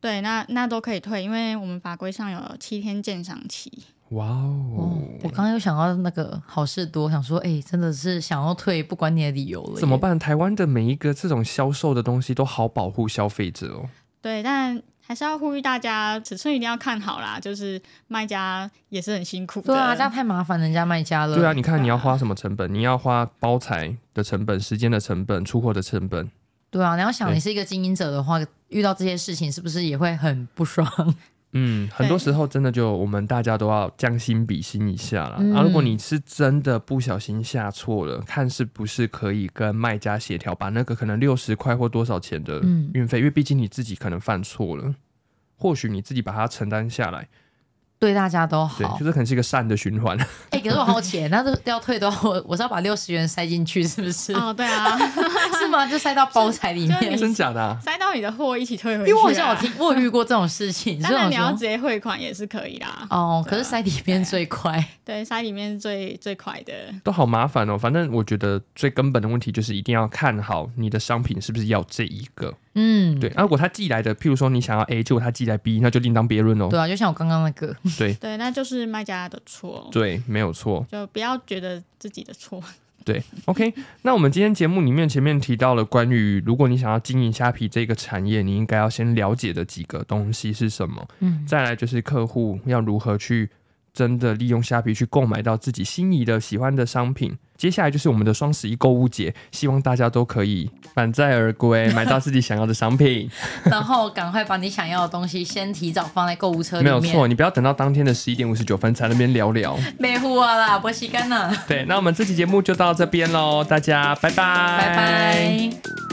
[SPEAKER 1] 对，那那都可以退，因为我们法规上有七天鉴赏期。
[SPEAKER 2] 哇
[SPEAKER 3] 哦
[SPEAKER 2] 哦，，
[SPEAKER 3] 我刚刚又想到那个好事多，想说，哎、真的是想要退，不管你的理由了，
[SPEAKER 2] 怎么？办？台湾的每一个这种销售的东西都好保护消费者哦。
[SPEAKER 1] 对，但还是要呼吁大家，尺寸一定要看好啦，就是卖家也是很辛苦的。
[SPEAKER 3] 对啊，这样太麻烦人家卖家了。
[SPEAKER 2] 对啊，，你看你要花什么成本？你要花包材的成本、时间的成本、出货的成本。
[SPEAKER 3] 对啊，你要想
[SPEAKER 2] 对
[SPEAKER 3] 你是一个经营者的话，遇到这些事情是不是也会很不爽？
[SPEAKER 2] 嗯，很多时候真的就我们大家都要将心比心一下啦。
[SPEAKER 3] 嗯
[SPEAKER 2] 啊，如果你是真的不小心下错了，看是不是可以跟卖家协调，把那个可能六十块或多少钱的
[SPEAKER 3] 嗯
[SPEAKER 2] 运费，因为毕竟你自己可能犯错了，或许你自己把它承担下来，
[SPEAKER 3] 对大家都
[SPEAKER 2] 对，
[SPEAKER 3] 好
[SPEAKER 2] 就。是可能是一个善的循 环。
[SPEAKER 3] 哎、可是我好奇，那都要退的话，我我是要把六十元塞进去，是不是？
[SPEAKER 1] 哦，对啊，
[SPEAKER 3] 是吗？就塞到包材里
[SPEAKER 1] 就是
[SPEAKER 3] 面
[SPEAKER 1] 你。
[SPEAKER 2] 真假的、啊？
[SPEAKER 1] 塞到你的货一起退回去、啊。
[SPEAKER 3] 因为我好像有听，我有遇过这种 事情，
[SPEAKER 1] 当
[SPEAKER 3] 所以我
[SPEAKER 1] 然你要
[SPEAKER 3] 想
[SPEAKER 1] 直
[SPEAKER 3] 说
[SPEAKER 1] 接汇款也是可以啦。
[SPEAKER 3] 哦，可是塞里面最快。
[SPEAKER 1] 对，塞里面是最最快的。
[SPEAKER 2] 都好麻烦哦。反正我觉得最根本的问题就是一定要看好你的商品是不是要这一个。
[SPEAKER 3] 嗯，
[SPEAKER 2] 对，啊、如果他寄来的，譬如说你想要 A，结果他寄来 B，那就另当别论哦。
[SPEAKER 3] 对啊，就像我刚刚那个，
[SPEAKER 2] 对
[SPEAKER 1] 对，那就是卖家的错，
[SPEAKER 2] 对，没有错。
[SPEAKER 1] 就不要觉得自己的错。
[SPEAKER 2] 对，OK，那我们今天节目里面前面提到了关于如果你想要经营虾皮这个产业，你应该要先了解的几个东西是什么，
[SPEAKER 3] 嗯，
[SPEAKER 2] 再来就是客户要如何去真的利用虾皮去购买到自己心仪的、喜欢的商品。接下来就是我们的双十一购物节，希望大家都可以满载而归，买到自己想要的商品。
[SPEAKER 3] 然后赶快把你想要的东西先提早放在购物车里
[SPEAKER 2] 没
[SPEAKER 3] 面。
[SPEAKER 2] 有错，你不要等到当天的十一点五十九分才那边聊聊。
[SPEAKER 3] 没呼啊啦，不吸干啦，
[SPEAKER 2] 对，那我们这期节目就到这边喽，大家拜拜，
[SPEAKER 3] 拜拜。